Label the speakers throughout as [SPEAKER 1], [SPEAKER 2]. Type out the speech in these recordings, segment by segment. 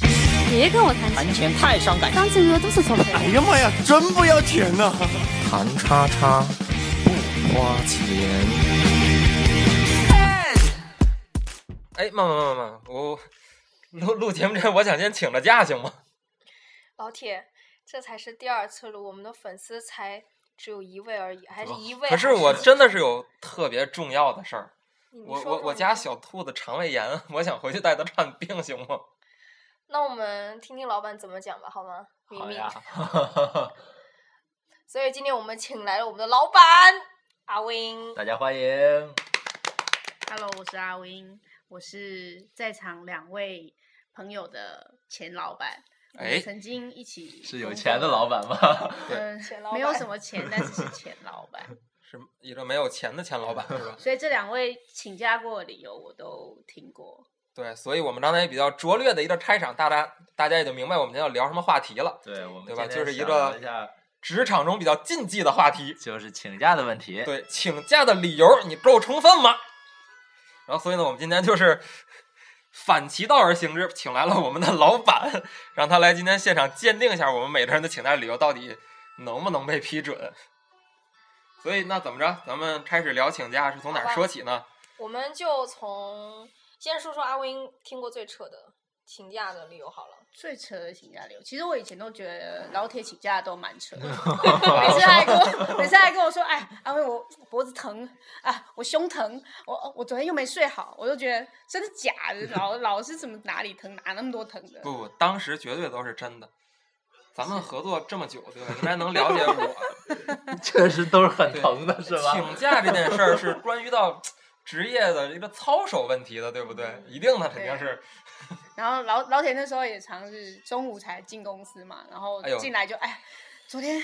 [SPEAKER 1] 别跟我谈钱，
[SPEAKER 2] 谈钱太伤感情。
[SPEAKER 1] 刚进入的都是错配。
[SPEAKER 3] 哎呀妈呀，真不要钱呐、
[SPEAKER 4] 谈叉叉不花钱。
[SPEAKER 5] 哎，慢慢慢慢，我录录节目之前，我想先请个假，行吗？
[SPEAKER 6] 老铁，这才是第二次录，我们的粉丝才只有一位而已，还是一位。
[SPEAKER 5] 哦可是我真的是有特别重要的事儿，
[SPEAKER 6] 你，你
[SPEAKER 5] 我
[SPEAKER 6] 说
[SPEAKER 5] 我
[SPEAKER 6] 说
[SPEAKER 5] 我
[SPEAKER 6] 你
[SPEAKER 5] 家
[SPEAKER 6] 说
[SPEAKER 5] 小兔子肠胃炎，我想回去带它看病，行吗？
[SPEAKER 6] 那我们听听老板怎么讲吧，好吗？明
[SPEAKER 5] 好
[SPEAKER 6] 明
[SPEAKER 5] 呀。
[SPEAKER 6] 所以今天我们请来了我们的老板阿 Win。
[SPEAKER 5] 大家欢迎。
[SPEAKER 7] Hello，我是阿 Win，我是在场两位朋友的前老板，我们
[SPEAKER 5] 哎
[SPEAKER 7] 曾经一起
[SPEAKER 4] 是有
[SPEAKER 7] 工
[SPEAKER 4] 钱的
[SPEAKER 7] 作
[SPEAKER 4] 老板吗？
[SPEAKER 5] 对
[SPEAKER 7] 嗯
[SPEAKER 6] 前老
[SPEAKER 7] 没有
[SPEAKER 6] 板
[SPEAKER 7] 什么钱，但是是前老板，
[SPEAKER 5] 是一个没有钱的钱老板是
[SPEAKER 4] 啊
[SPEAKER 5] 吧？
[SPEAKER 7] 所以这两位请假过的理由我都听过。
[SPEAKER 5] 对，所以我们刚才也比较拙劣的一个开场，大家大家也就明白我们今天要聊什么话题了。
[SPEAKER 4] 对，我们
[SPEAKER 5] 对吧
[SPEAKER 4] 今天
[SPEAKER 5] 就是一
[SPEAKER 4] 想
[SPEAKER 5] 个
[SPEAKER 4] 聊一下
[SPEAKER 5] 职场中比较禁忌的话题，
[SPEAKER 4] 就是请假的问题。
[SPEAKER 5] 对，请假的理由你够充分吗？然后，所以呢，我们今天就是 反其道而行之，请来了我们的老板，让他来今天现场鉴定一下我们每个人的请假理由到底能不能被批准。所以，那怎么着？咱们开始聊请假是从哪儿说起呢？
[SPEAKER 6] 我们就从先说说阿 Win 听过最扯的请假的理由好了。
[SPEAKER 7] 最扯的请假理由，其实我以前都觉得老铁请假都蛮 扯的，每次
[SPEAKER 5] 啊
[SPEAKER 7] 还跟我每次还跟我说，哎，阿威我脖子疼，啊，我胸疼，我我昨天又没睡好，我就觉得真的假的，老老是怎么哪里疼，哪那么多疼的？
[SPEAKER 5] 不不，当时绝对都是真的。咱们合作这么久，对吧？应该能了解我。
[SPEAKER 4] 确实都是很疼的，是吧？
[SPEAKER 5] 请假这件事儿是关于到职业的一个操守问题的，对不对？一定的，肯定是。
[SPEAKER 7] 然后老老铁那时候也常是中午才进公司嘛，然后
[SPEAKER 5] 哎呦
[SPEAKER 7] 进来就哎，昨天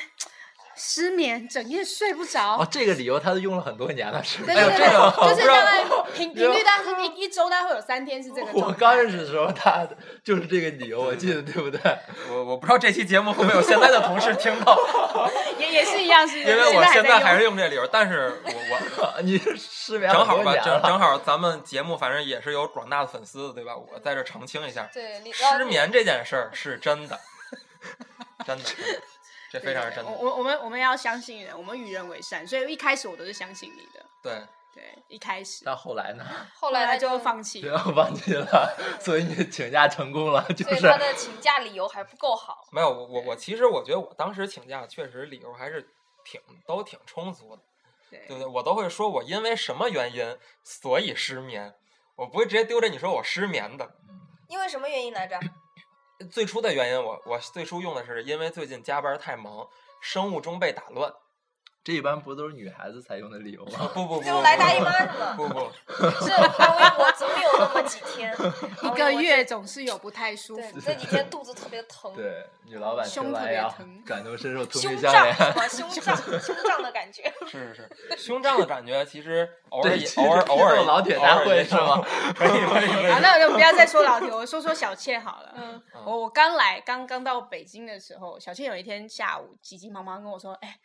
[SPEAKER 7] 失眠，整夜睡不着。
[SPEAKER 4] 哦，这个理由他用了很多年了，是吧
[SPEAKER 7] 对？
[SPEAKER 5] 哎
[SPEAKER 7] 对
[SPEAKER 5] 呦
[SPEAKER 7] 对
[SPEAKER 5] 这个我不
[SPEAKER 7] 对，就
[SPEAKER 5] 知
[SPEAKER 7] 是
[SPEAKER 5] 道
[SPEAKER 7] 大概频频率大概一一周大概会有三天是这个状态。
[SPEAKER 4] 我刚认识的时候，他就是这个理由，我记得对不对？
[SPEAKER 5] 我我不知道这期节目会不会有现在的同事听到，
[SPEAKER 7] 也也是一样，是因
[SPEAKER 5] 因为我现在还是
[SPEAKER 7] 用。
[SPEAKER 5] 用这理由，但是我我
[SPEAKER 4] 你是失眠
[SPEAKER 5] 正
[SPEAKER 4] 很
[SPEAKER 5] 好
[SPEAKER 4] 多
[SPEAKER 5] 吧，
[SPEAKER 4] 年
[SPEAKER 5] 正
[SPEAKER 4] 了。
[SPEAKER 5] 正好咱们节目反正也是有广大的粉丝的，对吧？我在这澄清一下，
[SPEAKER 6] 对，你呃
[SPEAKER 5] 失眠这件事儿是真的，真的，真的这非常是真
[SPEAKER 7] 我
[SPEAKER 5] 的。
[SPEAKER 7] 我我们我们要相信人，我们与人为善，所以一开始我都是相信你的，
[SPEAKER 5] 对，
[SPEAKER 7] 对，一开始，
[SPEAKER 4] 但后来呢？
[SPEAKER 6] 后
[SPEAKER 7] 后
[SPEAKER 6] 来
[SPEAKER 7] 来
[SPEAKER 6] 他
[SPEAKER 7] 就放弃
[SPEAKER 4] 不
[SPEAKER 5] 啊
[SPEAKER 7] 了。
[SPEAKER 4] 要忘记了，所以你请假成功了， 就
[SPEAKER 6] 所以
[SPEAKER 4] 是
[SPEAKER 6] 他的请假理由还不够好。
[SPEAKER 5] 没有我我我其实我觉得我当时请假确实理由还是挺都挺充足的。
[SPEAKER 7] 对
[SPEAKER 5] 对不对？我都会说我因为什么原因所以失眠，我不会直接丢着你说我失眠的。
[SPEAKER 6] 因为什么原因来着？
[SPEAKER 5] 最初的原因我，我最初用的是因为最近加班太忙，生物钟被打乱。
[SPEAKER 4] 这一般不都是女孩子才用的理由吗？
[SPEAKER 5] 不不不，
[SPEAKER 6] 就来大姨
[SPEAKER 5] 不
[SPEAKER 6] 妈了嘛。
[SPEAKER 5] 不不，
[SPEAKER 6] 这阿 Win 我总有那么几天，
[SPEAKER 7] 一个月总是有不太舒
[SPEAKER 6] 对
[SPEAKER 7] 服，
[SPEAKER 6] 那几天肚子特别疼，
[SPEAKER 4] 对，女老板
[SPEAKER 7] 胸
[SPEAKER 4] 听
[SPEAKER 7] 特
[SPEAKER 4] 完
[SPEAKER 7] 别
[SPEAKER 4] 要
[SPEAKER 7] 疼
[SPEAKER 4] 感同身受，同
[SPEAKER 6] 胸
[SPEAKER 4] 病相
[SPEAKER 6] 胀
[SPEAKER 4] 怜。
[SPEAKER 6] 是吗？胸 胀，胸胀的 感觉。
[SPEAKER 5] 是是是，胸胀的感觉其实偶尔
[SPEAKER 4] 这
[SPEAKER 5] 也
[SPEAKER 4] 期
[SPEAKER 5] 偶尔
[SPEAKER 4] 是批
[SPEAKER 5] 偶尔
[SPEAKER 4] 斗老铁大会是？
[SPEAKER 5] 偶尔
[SPEAKER 4] 吗
[SPEAKER 5] 也？可以可以可以
[SPEAKER 7] 好，那我就不要再说老铁，我说说小倩好了。
[SPEAKER 6] 嗯
[SPEAKER 7] 我我刚来，刚刚到北京的时候，小倩有一天下午急急忙忙跟我说：“哎，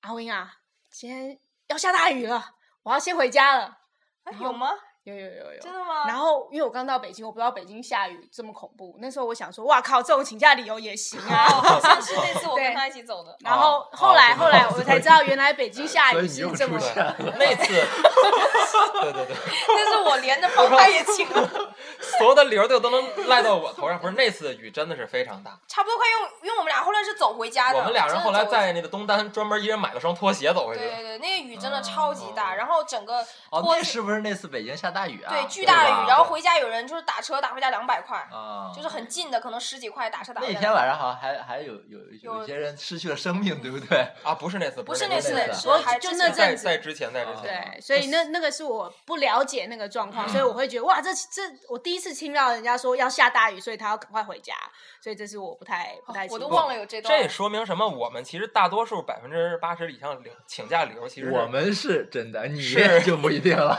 [SPEAKER 7] 阿英啊，今天要下大雨了，我要先回家了。
[SPEAKER 6] 啊有吗？
[SPEAKER 7] 有”有有有
[SPEAKER 6] 真的吗？
[SPEAKER 7] 然后，因为我刚到北京，我不知道北京下雨这么恐怖。那时候我想说，哇靠，这种请假理由也行
[SPEAKER 6] 哦，
[SPEAKER 7] 啊。
[SPEAKER 6] 好像是那次我跟
[SPEAKER 7] 对
[SPEAKER 6] 他一起走的。
[SPEAKER 7] 然后
[SPEAKER 5] 哦
[SPEAKER 7] 后来
[SPEAKER 5] 哦
[SPEAKER 7] 后来我才知道，原来北京下
[SPEAKER 4] 所以
[SPEAKER 7] 雨
[SPEAKER 4] 你
[SPEAKER 7] 是
[SPEAKER 4] 又
[SPEAKER 7] 这么
[SPEAKER 4] 出现了。
[SPEAKER 5] 那次， 对对对，
[SPEAKER 6] 但是我 连着帮他也请了，
[SPEAKER 5] 所有的理由都都能赖到我头上。不是那次雨真的是非常大，
[SPEAKER 6] 差不多快用，因为我们俩后来是走回家的。
[SPEAKER 5] 我们俩人
[SPEAKER 6] 真的
[SPEAKER 5] 后来
[SPEAKER 6] 走回家
[SPEAKER 5] 在那个东单专门一人买了双拖鞋走回去
[SPEAKER 6] 对
[SPEAKER 5] 的。
[SPEAKER 6] 对对，那个雨真的超级大，
[SPEAKER 5] 嗯
[SPEAKER 6] 然后整个
[SPEAKER 4] 哦，
[SPEAKER 6] 拖
[SPEAKER 4] 那是不是那次北京下大雨啊？
[SPEAKER 6] 对巨大的
[SPEAKER 4] 吧
[SPEAKER 6] 雨，然后回家有人就是打车打回家两百块，
[SPEAKER 4] 啊，
[SPEAKER 6] 就是很近的，可能十几块打车打
[SPEAKER 4] 那
[SPEAKER 6] 回
[SPEAKER 4] 天
[SPEAKER 6] 家。
[SPEAKER 4] 晚上好像还还有有有一
[SPEAKER 6] 有
[SPEAKER 4] 些人失去了生命，对不对？
[SPEAKER 5] 啊，不是那次，
[SPEAKER 6] 不是
[SPEAKER 5] 那
[SPEAKER 6] 那
[SPEAKER 4] 次
[SPEAKER 5] 次，啊
[SPEAKER 6] 是
[SPEAKER 7] 我
[SPEAKER 6] 还
[SPEAKER 7] 就
[SPEAKER 6] 之
[SPEAKER 7] 那
[SPEAKER 6] 前
[SPEAKER 5] 在
[SPEAKER 7] 阵子
[SPEAKER 5] 在之前，在之前，
[SPEAKER 7] 对，所以那那个是我不了解那个状况，所以
[SPEAKER 5] 嗯
[SPEAKER 7] 我会觉得哇，这这我第一次听到人家说要下大雨，所以他要赶快回家，所以这是我不太不太
[SPEAKER 6] 哦我
[SPEAKER 7] 清
[SPEAKER 6] 都
[SPEAKER 7] 楚、
[SPEAKER 6] 忘了有这段。
[SPEAKER 5] 这说明什么？我们其实大多数百分之八十以上的请假理由，其实是
[SPEAKER 4] 我们是真的，你
[SPEAKER 5] 是
[SPEAKER 4] 就不一 定了。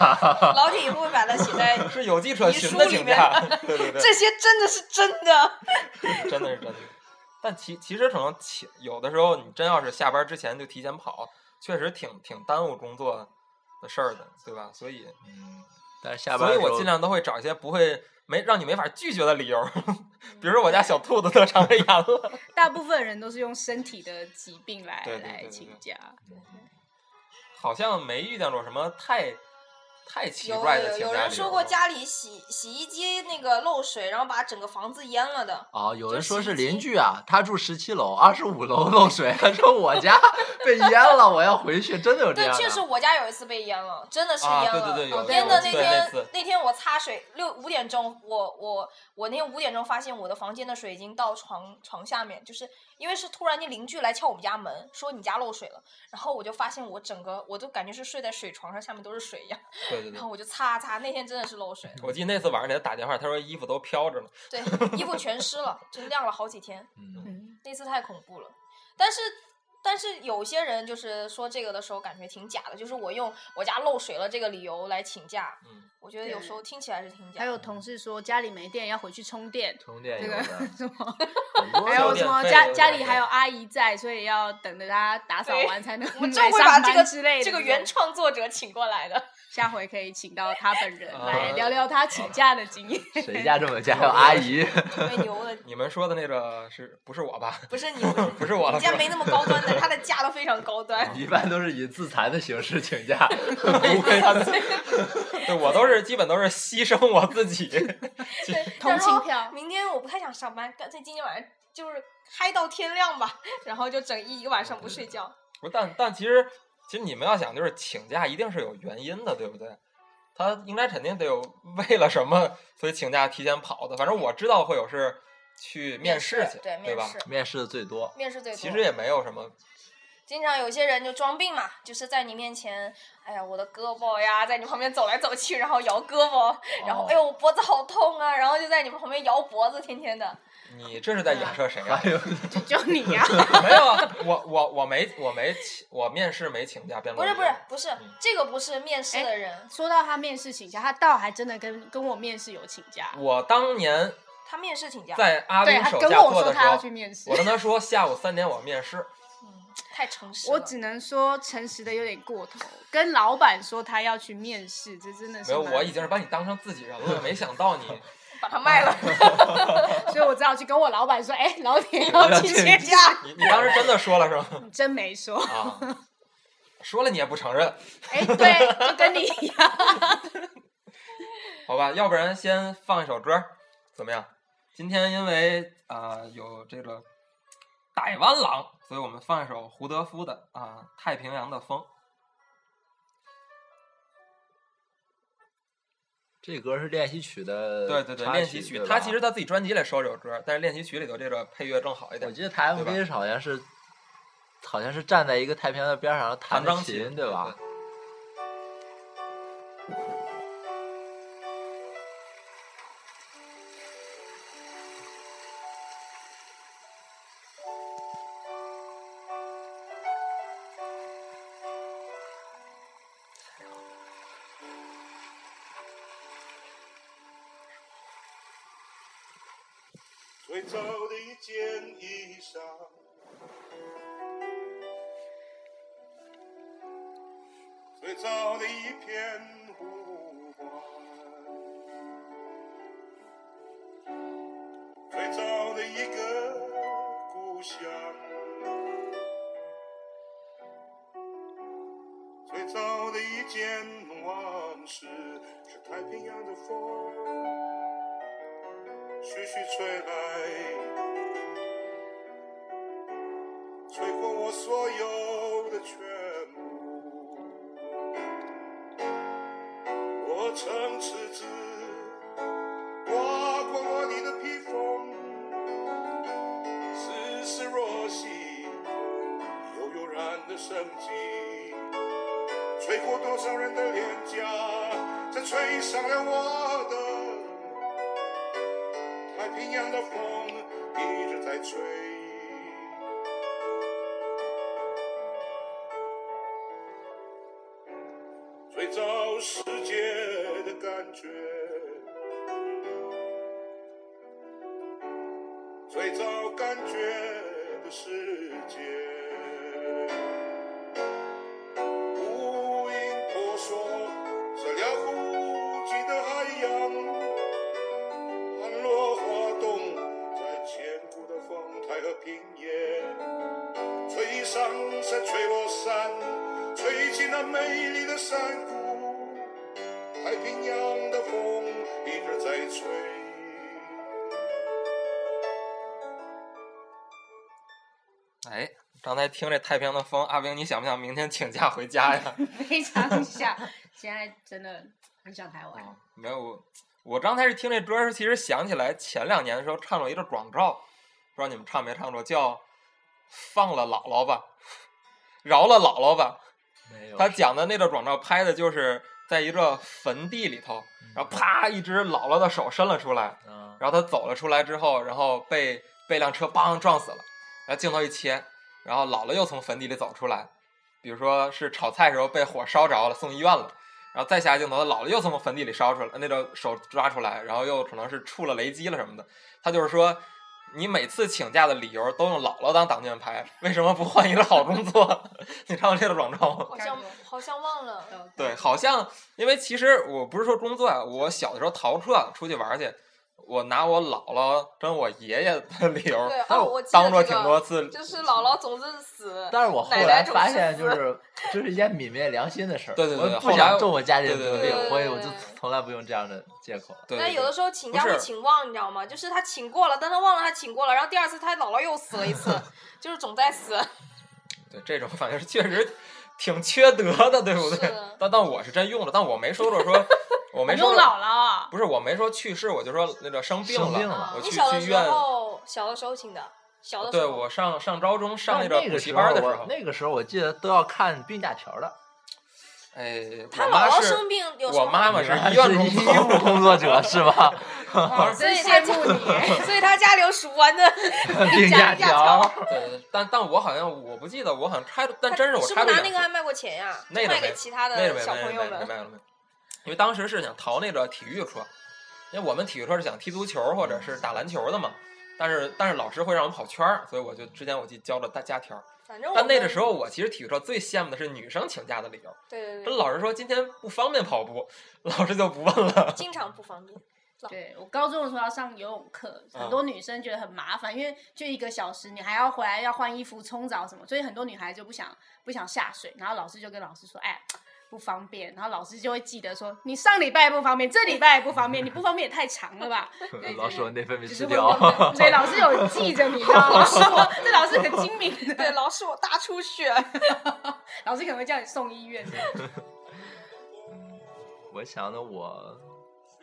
[SPEAKER 6] 老铁以后会把它写在
[SPEAKER 5] 是有迹可循
[SPEAKER 6] 遗
[SPEAKER 5] 的
[SPEAKER 6] 书里
[SPEAKER 5] 请
[SPEAKER 6] 面
[SPEAKER 5] 假，对 对对，
[SPEAKER 6] 这些，真的是真的。
[SPEAKER 5] 真的是真的。但其其实可能请有的时候，你真要是下班之前就提前跑，确实挺挺耽误工作的。的事儿的，对吧？所以，
[SPEAKER 4] 但是下
[SPEAKER 5] 所
[SPEAKER 4] 班的
[SPEAKER 5] 以
[SPEAKER 4] 时候，
[SPEAKER 5] 我尽量都会找一些不会没让你没法拒绝的理由，
[SPEAKER 6] 嗯
[SPEAKER 5] 比如说我家小兔子得肠胃炎了，
[SPEAKER 7] 大部分人都是用身体的疾病来
[SPEAKER 5] 对对对对
[SPEAKER 7] 来
[SPEAKER 5] 对
[SPEAKER 7] 请假，
[SPEAKER 5] 好像没遇见过什么太太奇
[SPEAKER 6] 有
[SPEAKER 5] 怪的请假
[SPEAKER 6] 有有
[SPEAKER 5] 理由
[SPEAKER 6] 人说过
[SPEAKER 5] 吧
[SPEAKER 6] 家里洗洗衣机那个漏水，然后把整个房子淹了的。
[SPEAKER 4] 啊、有
[SPEAKER 6] 就
[SPEAKER 4] 人说
[SPEAKER 6] 洗
[SPEAKER 4] 是
[SPEAKER 6] 衣
[SPEAKER 4] 邻
[SPEAKER 6] 机
[SPEAKER 4] 居啊，他住十七楼，二十五楼漏水，他说我家被淹了，我要回去，真的有这
[SPEAKER 6] 对，
[SPEAKER 4] 样的。
[SPEAKER 6] 确实我家有一次被淹了，真的是
[SPEAKER 5] 啊
[SPEAKER 6] 淹
[SPEAKER 5] 对
[SPEAKER 6] 了。
[SPEAKER 5] 对对有
[SPEAKER 6] 哦
[SPEAKER 5] 对
[SPEAKER 6] 淹的
[SPEAKER 5] 我
[SPEAKER 6] 那
[SPEAKER 5] 记得那
[SPEAKER 6] 天
[SPEAKER 5] 次
[SPEAKER 6] 那天我擦水六五点钟，我我我那天五点钟发现我的房间的水已经到床床下面，就是因为是突然间邻居来敲我们家门，说你家漏水了，然后我就发现我整个我都感觉是睡在水床上，下面都是水一样，
[SPEAKER 5] 对对对
[SPEAKER 6] 然后。我就擦啊擦，那天真的是漏水了，
[SPEAKER 5] 我记得那次晚上给他打电话，他说衣服都飘着了。
[SPEAKER 6] 对，衣服全湿了，就晾了好几天。
[SPEAKER 4] 嗯，
[SPEAKER 7] 嗯，
[SPEAKER 6] 那次太恐怖了。但是但是有些人就是说这个的时候感觉挺假的，就是我用我家漏水了这个理由来请假，
[SPEAKER 5] 嗯，
[SPEAKER 6] 我觉得有时候听起来是挺假
[SPEAKER 7] 还
[SPEAKER 6] 的。
[SPEAKER 7] 有同事说家里没电要回去充电，
[SPEAKER 4] 充电
[SPEAKER 7] 这
[SPEAKER 4] 有
[SPEAKER 7] 个
[SPEAKER 4] 的，
[SPEAKER 7] 什么，
[SPEAKER 4] 很多
[SPEAKER 6] 哎
[SPEAKER 7] 还
[SPEAKER 5] 交
[SPEAKER 7] 有
[SPEAKER 4] 有
[SPEAKER 7] 什
[SPEAKER 5] 电
[SPEAKER 7] 么
[SPEAKER 5] 费
[SPEAKER 7] 家
[SPEAKER 5] 有
[SPEAKER 7] 家
[SPEAKER 5] 点
[SPEAKER 7] 里
[SPEAKER 5] 儿
[SPEAKER 7] 还有阿姨在，所以要等着她打扫
[SPEAKER 6] 对
[SPEAKER 7] 完才能
[SPEAKER 6] 我们
[SPEAKER 7] 来
[SPEAKER 6] 会
[SPEAKER 7] 上
[SPEAKER 6] 把这
[SPEAKER 7] 班
[SPEAKER 6] 个
[SPEAKER 7] 之类的
[SPEAKER 6] 这个
[SPEAKER 7] 种
[SPEAKER 6] 原创作者请过来 的，
[SPEAKER 7] 下回可以请到他本人
[SPEAKER 5] 啊
[SPEAKER 7] 来聊聊他请假的 经验。
[SPEAKER 4] 谁家这么 家有阿姨？
[SPEAKER 6] 特别牛的，
[SPEAKER 5] 你们说的那个是不是我 吧？
[SPEAKER 6] 不是你，不 是
[SPEAKER 5] 不是我了
[SPEAKER 6] 人家没那么高端的，他的假都非常高端。
[SPEAKER 4] 一般都是以自残的形式请 假，不会他们
[SPEAKER 5] 对我都是基本都是牺牲我自己。
[SPEAKER 6] 对，
[SPEAKER 7] 同
[SPEAKER 6] 他说
[SPEAKER 7] 情票
[SPEAKER 6] 明天我不太想上班，干脆今天晚上就是嗨到天亮吧，然后就整一一个晚上不睡觉。
[SPEAKER 5] 不，但但其实其实你们要想，就是请假一定是有原因的，对不对？他应该肯定得有为了什么，所以请假提前跑的。反正我知道会有是去面试去，
[SPEAKER 6] 对
[SPEAKER 5] 对
[SPEAKER 6] 面
[SPEAKER 5] 吧？
[SPEAKER 6] 试，
[SPEAKER 4] 面试的最多。
[SPEAKER 6] 面试最多。
[SPEAKER 5] 其实也没有什么，
[SPEAKER 6] 经常有些人就装病嘛，就是在你面前，哎呀，我的胳膊呀，在你旁边走来走去，然后摇胳膊，然后、
[SPEAKER 4] 哦
[SPEAKER 6] 哎呦，我脖子好痛啊，然后就在你们旁边摇脖子，天天的。
[SPEAKER 5] 你这是在影射谁 啊？
[SPEAKER 4] 还有
[SPEAKER 7] 就就你呀、
[SPEAKER 5] 没有啊，我我我没我没请我面试没请假，辩
[SPEAKER 6] 不
[SPEAKER 5] 论
[SPEAKER 6] 是不是
[SPEAKER 5] 人
[SPEAKER 6] 不是，这个不是面试的人，
[SPEAKER 7] 说到他面试请假，他倒还真的跟跟我面试有请假，
[SPEAKER 5] 我当年
[SPEAKER 6] 他面试请假，
[SPEAKER 5] 在阿
[SPEAKER 7] 对
[SPEAKER 5] 斌
[SPEAKER 7] 他
[SPEAKER 5] 哦手
[SPEAKER 7] 跟
[SPEAKER 5] 下
[SPEAKER 7] 我
[SPEAKER 5] 做
[SPEAKER 7] 说
[SPEAKER 5] 的时
[SPEAKER 7] 他要
[SPEAKER 5] 候
[SPEAKER 7] 去，面试
[SPEAKER 5] 我，跟他说下午三点我面 试，
[SPEAKER 6] 太诚实了。
[SPEAKER 7] 我只能说诚实的有点过头，跟老板说他要去面试，这真的是
[SPEAKER 5] 没有，
[SPEAKER 7] 蛮
[SPEAKER 5] 我已经是把你当成自己人了，没想到你
[SPEAKER 6] 把他卖了，
[SPEAKER 5] 哎
[SPEAKER 7] 所以我只好去跟我老板说，哎，老 铁要去请假，
[SPEAKER 5] 你你当时真的说了是吗？
[SPEAKER 7] 你真没说，
[SPEAKER 5] 啊，说了你也不承认，
[SPEAKER 7] 哎，对，就跟你一样，
[SPEAKER 5] 好吧，要不然先放一首歌儿，怎么样？今天因为啊、呃有这个傣湾狼，所以我们放一首胡德夫的啊、太平洋的风》。
[SPEAKER 4] 这歌是练习曲的，
[SPEAKER 5] 对对对，练习曲，他其实他自己专辑里收这首歌，但是练习曲里头这个配乐更好一
[SPEAKER 4] 我
[SPEAKER 5] 点。
[SPEAKER 4] 记得他
[SPEAKER 5] 对吧
[SPEAKER 4] MV 好像是，好像是站在一个太平洋的边上然后弹
[SPEAKER 5] 弹
[SPEAKER 4] 着
[SPEAKER 5] 钢
[SPEAKER 4] 琴，
[SPEAKER 5] 对
[SPEAKER 4] 吧？？
[SPEAKER 8] 最皱的一件衣裳，最早的一片湖光，最早的一个故乡，最早的一件往事，是太平洋的风。徐徐吹来，吹过我所有的全部。我曾赤子刮过我你的披风，丝丝若细，悠悠然的生机，吹过多少人的脸颊，这吹上了我的。太平洋的风一直在吹。最早世界的感觉，最早感觉的世界，无影婆娑，山吹落山，吹进那美丽的山谷。太平洋的风一直在吹。
[SPEAKER 5] 哎，刚才听这太平洋的风，阿兵，你想不想明天请假回家呀？
[SPEAKER 7] 非常想，现在真的很想台湾。
[SPEAKER 5] 嗯没有，我我刚开始听这歌儿时，其实想起来前两年的时候唱过一个广告，不知道你们唱没唱过，叫《放了姥姥吧，饶了姥姥吧》。
[SPEAKER 4] 没有
[SPEAKER 5] 他讲的那个广告拍的就是在一个坟地里头，然后啪，一只姥姥的手伸了出来，
[SPEAKER 4] 啊，
[SPEAKER 5] 然后他走了出来之后，然后被被辆车梆撞死了，然后镜头一切，然后姥姥又从坟地里走出来，比如说是炒菜时候被火烧着了，送医院了。然后再下镜头，姥姥又从坟地里烧出来，那个手抓出来，然后又可能是触了雷击了什么的。他就是说，你每次请假的理由都用姥姥当挡箭牌，为什么不换一个好工作？ 你看过这个广告吗？
[SPEAKER 6] 好 像好像忘了。
[SPEAKER 5] 对，好像因为其实我不是说工作啊，我小的时候逃课出去玩儿去，我拿我姥姥跟我爷爷的理由
[SPEAKER 6] 对，哦，我记得
[SPEAKER 5] 当做
[SPEAKER 6] 这
[SPEAKER 5] 挺
[SPEAKER 6] 个
[SPEAKER 5] 多次，
[SPEAKER 6] 就是 姥姥总是死，
[SPEAKER 4] 但是我后
[SPEAKER 6] 奶奶
[SPEAKER 4] 来
[SPEAKER 6] 总
[SPEAKER 4] 发
[SPEAKER 6] 是
[SPEAKER 4] 现，
[SPEAKER 6] 死
[SPEAKER 4] 就是这是一件泯灭良心的事儿。
[SPEAKER 5] 对对对后
[SPEAKER 4] 我不
[SPEAKER 5] 来
[SPEAKER 4] 想中我家里人
[SPEAKER 5] 对
[SPEAKER 4] 的
[SPEAKER 5] 对
[SPEAKER 4] 病，
[SPEAKER 5] 对
[SPEAKER 4] 我也我就
[SPEAKER 6] 对
[SPEAKER 4] 从来不用这样的借口。
[SPEAKER 5] 对
[SPEAKER 6] 但
[SPEAKER 5] 对
[SPEAKER 6] 有的
[SPEAKER 5] 对，
[SPEAKER 6] 时候请假
[SPEAKER 5] 不
[SPEAKER 6] 会
[SPEAKER 5] 是
[SPEAKER 6] 请忘，你知道吗？就是他请过了，但他忘了他请过了，然后第二次他姥姥又死了 一次，就是总在死。
[SPEAKER 5] 对这种反正确实挺缺德的，对不对
[SPEAKER 6] 是？
[SPEAKER 5] 但但我是真用了，但我没说过 说，我没说
[SPEAKER 7] 用
[SPEAKER 5] 过，
[SPEAKER 7] 姥姥，
[SPEAKER 5] 不是我没说去世，我就说那个生病
[SPEAKER 4] 生
[SPEAKER 5] 了，
[SPEAKER 4] 病了
[SPEAKER 5] 我
[SPEAKER 6] 你
[SPEAKER 5] 去
[SPEAKER 6] 小的
[SPEAKER 5] 去医
[SPEAKER 6] 时
[SPEAKER 5] 院。
[SPEAKER 6] 候，小的时候请的，小的时
[SPEAKER 5] 对
[SPEAKER 6] 候
[SPEAKER 5] 我上上高中上
[SPEAKER 4] 但
[SPEAKER 5] 个
[SPEAKER 4] 那
[SPEAKER 5] 补
[SPEAKER 4] 个
[SPEAKER 5] 习
[SPEAKER 4] 时
[SPEAKER 5] 班
[SPEAKER 4] 候
[SPEAKER 5] 的时
[SPEAKER 4] 我
[SPEAKER 5] 候，
[SPEAKER 4] 那个时候我记得都要看病假条的。
[SPEAKER 5] 哎，
[SPEAKER 6] 他
[SPEAKER 5] 我
[SPEAKER 6] 姥
[SPEAKER 5] 妈
[SPEAKER 6] 姥
[SPEAKER 5] 是
[SPEAKER 6] 生病有啊什
[SPEAKER 5] 我
[SPEAKER 6] 么
[SPEAKER 5] 妈
[SPEAKER 6] 好？
[SPEAKER 5] 妈
[SPEAKER 4] 你
[SPEAKER 5] 是
[SPEAKER 4] 们还
[SPEAKER 5] 医院
[SPEAKER 4] 是
[SPEAKER 5] 工
[SPEAKER 4] 医
[SPEAKER 5] 作，
[SPEAKER 4] 务工 作者是吧？
[SPEAKER 6] 所以他
[SPEAKER 7] 羡慕你。
[SPEAKER 6] 所以他家里 有数完的
[SPEAKER 4] 病假
[SPEAKER 6] 假条
[SPEAKER 4] 条。
[SPEAKER 5] 对，但但我好像我不记得，我好像拆，但
[SPEAKER 6] 他
[SPEAKER 5] 真是我
[SPEAKER 6] 是
[SPEAKER 5] 拆
[SPEAKER 6] 不是
[SPEAKER 5] 过
[SPEAKER 6] 拿
[SPEAKER 5] 两
[SPEAKER 6] 那
[SPEAKER 5] 次
[SPEAKER 6] 个。还卖过钱呀？
[SPEAKER 5] 那个
[SPEAKER 6] 卖
[SPEAKER 5] 没
[SPEAKER 6] 给其他
[SPEAKER 5] 那个
[SPEAKER 6] 的
[SPEAKER 5] 没
[SPEAKER 6] 小朋友
[SPEAKER 5] 没没
[SPEAKER 6] 们。
[SPEAKER 5] 没没没，因为当时是想逃那个体育课，因为我们体育课是想踢足球或者是打篮球的嘛。但是但是老师会让我们跑圈儿，所以我就之前我就交了大家条儿。
[SPEAKER 6] 反正我
[SPEAKER 5] 但那个
[SPEAKER 6] 们
[SPEAKER 5] 时，候我其实体育课最羡慕的是女生请假的理由，
[SPEAKER 6] 对对
[SPEAKER 5] 跟
[SPEAKER 6] 对，
[SPEAKER 5] 老师说今天不方便跑步，老师就不问 了。
[SPEAKER 6] 经常不方便。
[SPEAKER 7] 对我高中的时候要上游泳课，很
[SPEAKER 4] 嗯
[SPEAKER 7] 多女生觉得很麻烦，因为就一个小时，你还要回来要换衣服、冲澡什么，所以很多女孩就不想不想下水。然后老师就跟老师说：“哎，不方便。”然后老师就会记得说：“你上礼拜不方便，这礼拜也不方便，你不方便也太长 了吧？”
[SPEAKER 4] 老师，我内分泌
[SPEAKER 7] 只
[SPEAKER 4] 失
[SPEAKER 7] 是
[SPEAKER 4] 调。
[SPEAKER 7] 会对老师有记着你，知道吗？说这老师很精明
[SPEAKER 6] 对，
[SPEAKER 7] 的，
[SPEAKER 6] 老师我大出血。
[SPEAKER 7] 老师可能会叫你送医院。
[SPEAKER 4] 我想的我，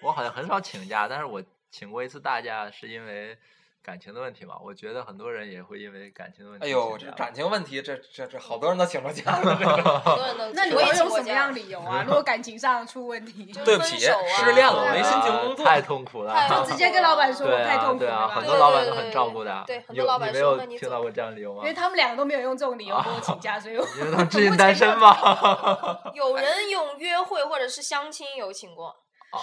[SPEAKER 4] 我好像很少请假，但是我请过一次大假，是因为感情的问题嘛。我觉得很多人也会因为感情的问题
[SPEAKER 5] 哎
[SPEAKER 4] 请假吧。
[SPEAKER 5] 呦，这感情问题，这这这好多人都请着假了。这个
[SPEAKER 6] 很多人都
[SPEAKER 7] 那你
[SPEAKER 6] 我
[SPEAKER 7] 会
[SPEAKER 6] 也请
[SPEAKER 7] 用
[SPEAKER 6] 过
[SPEAKER 7] 什么
[SPEAKER 6] 假
[SPEAKER 7] 样的理由啊？如果感情上出问题，
[SPEAKER 6] 就
[SPEAKER 5] 对不起
[SPEAKER 6] 分手啊
[SPEAKER 5] 失恋了
[SPEAKER 6] 对啊
[SPEAKER 5] 没心情工作
[SPEAKER 4] 太痛苦了。
[SPEAKER 6] 太痛
[SPEAKER 7] 就直接跟老板说我
[SPEAKER 4] 对
[SPEAKER 7] 太
[SPEAKER 4] 啊，
[SPEAKER 7] 痛苦
[SPEAKER 4] 对
[SPEAKER 7] 了
[SPEAKER 4] 啊，
[SPEAKER 7] 吧。
[SPEAKER 4] 很多老板都
[SPEAKER 6] 对对
[SPEAKER 4] 很
[SPEAKER 6] 对
[SPEAKER 4] 照顾的。
[SPEAKER 6] 对很
[SPEAKER 4] 有
[SPEAKER 6] 多老板
[SPEAKER 4] 你没
[SPEAKER 6] 说
[SPEAKER 4] 有
[SPEAKER 6] 那你
[SPEAKER 4] 听
[SPEAKER 6] 走
[SPEAKER 4] 到过这样的理由吗
[SPEAKER 7] 因？为他们两个都没有用这种理由跟我请假，所以我
[SPEAKER 4] 你们都 知音单身吗？
[SPEAKER 6] 有人用约会或者是相亲有请过，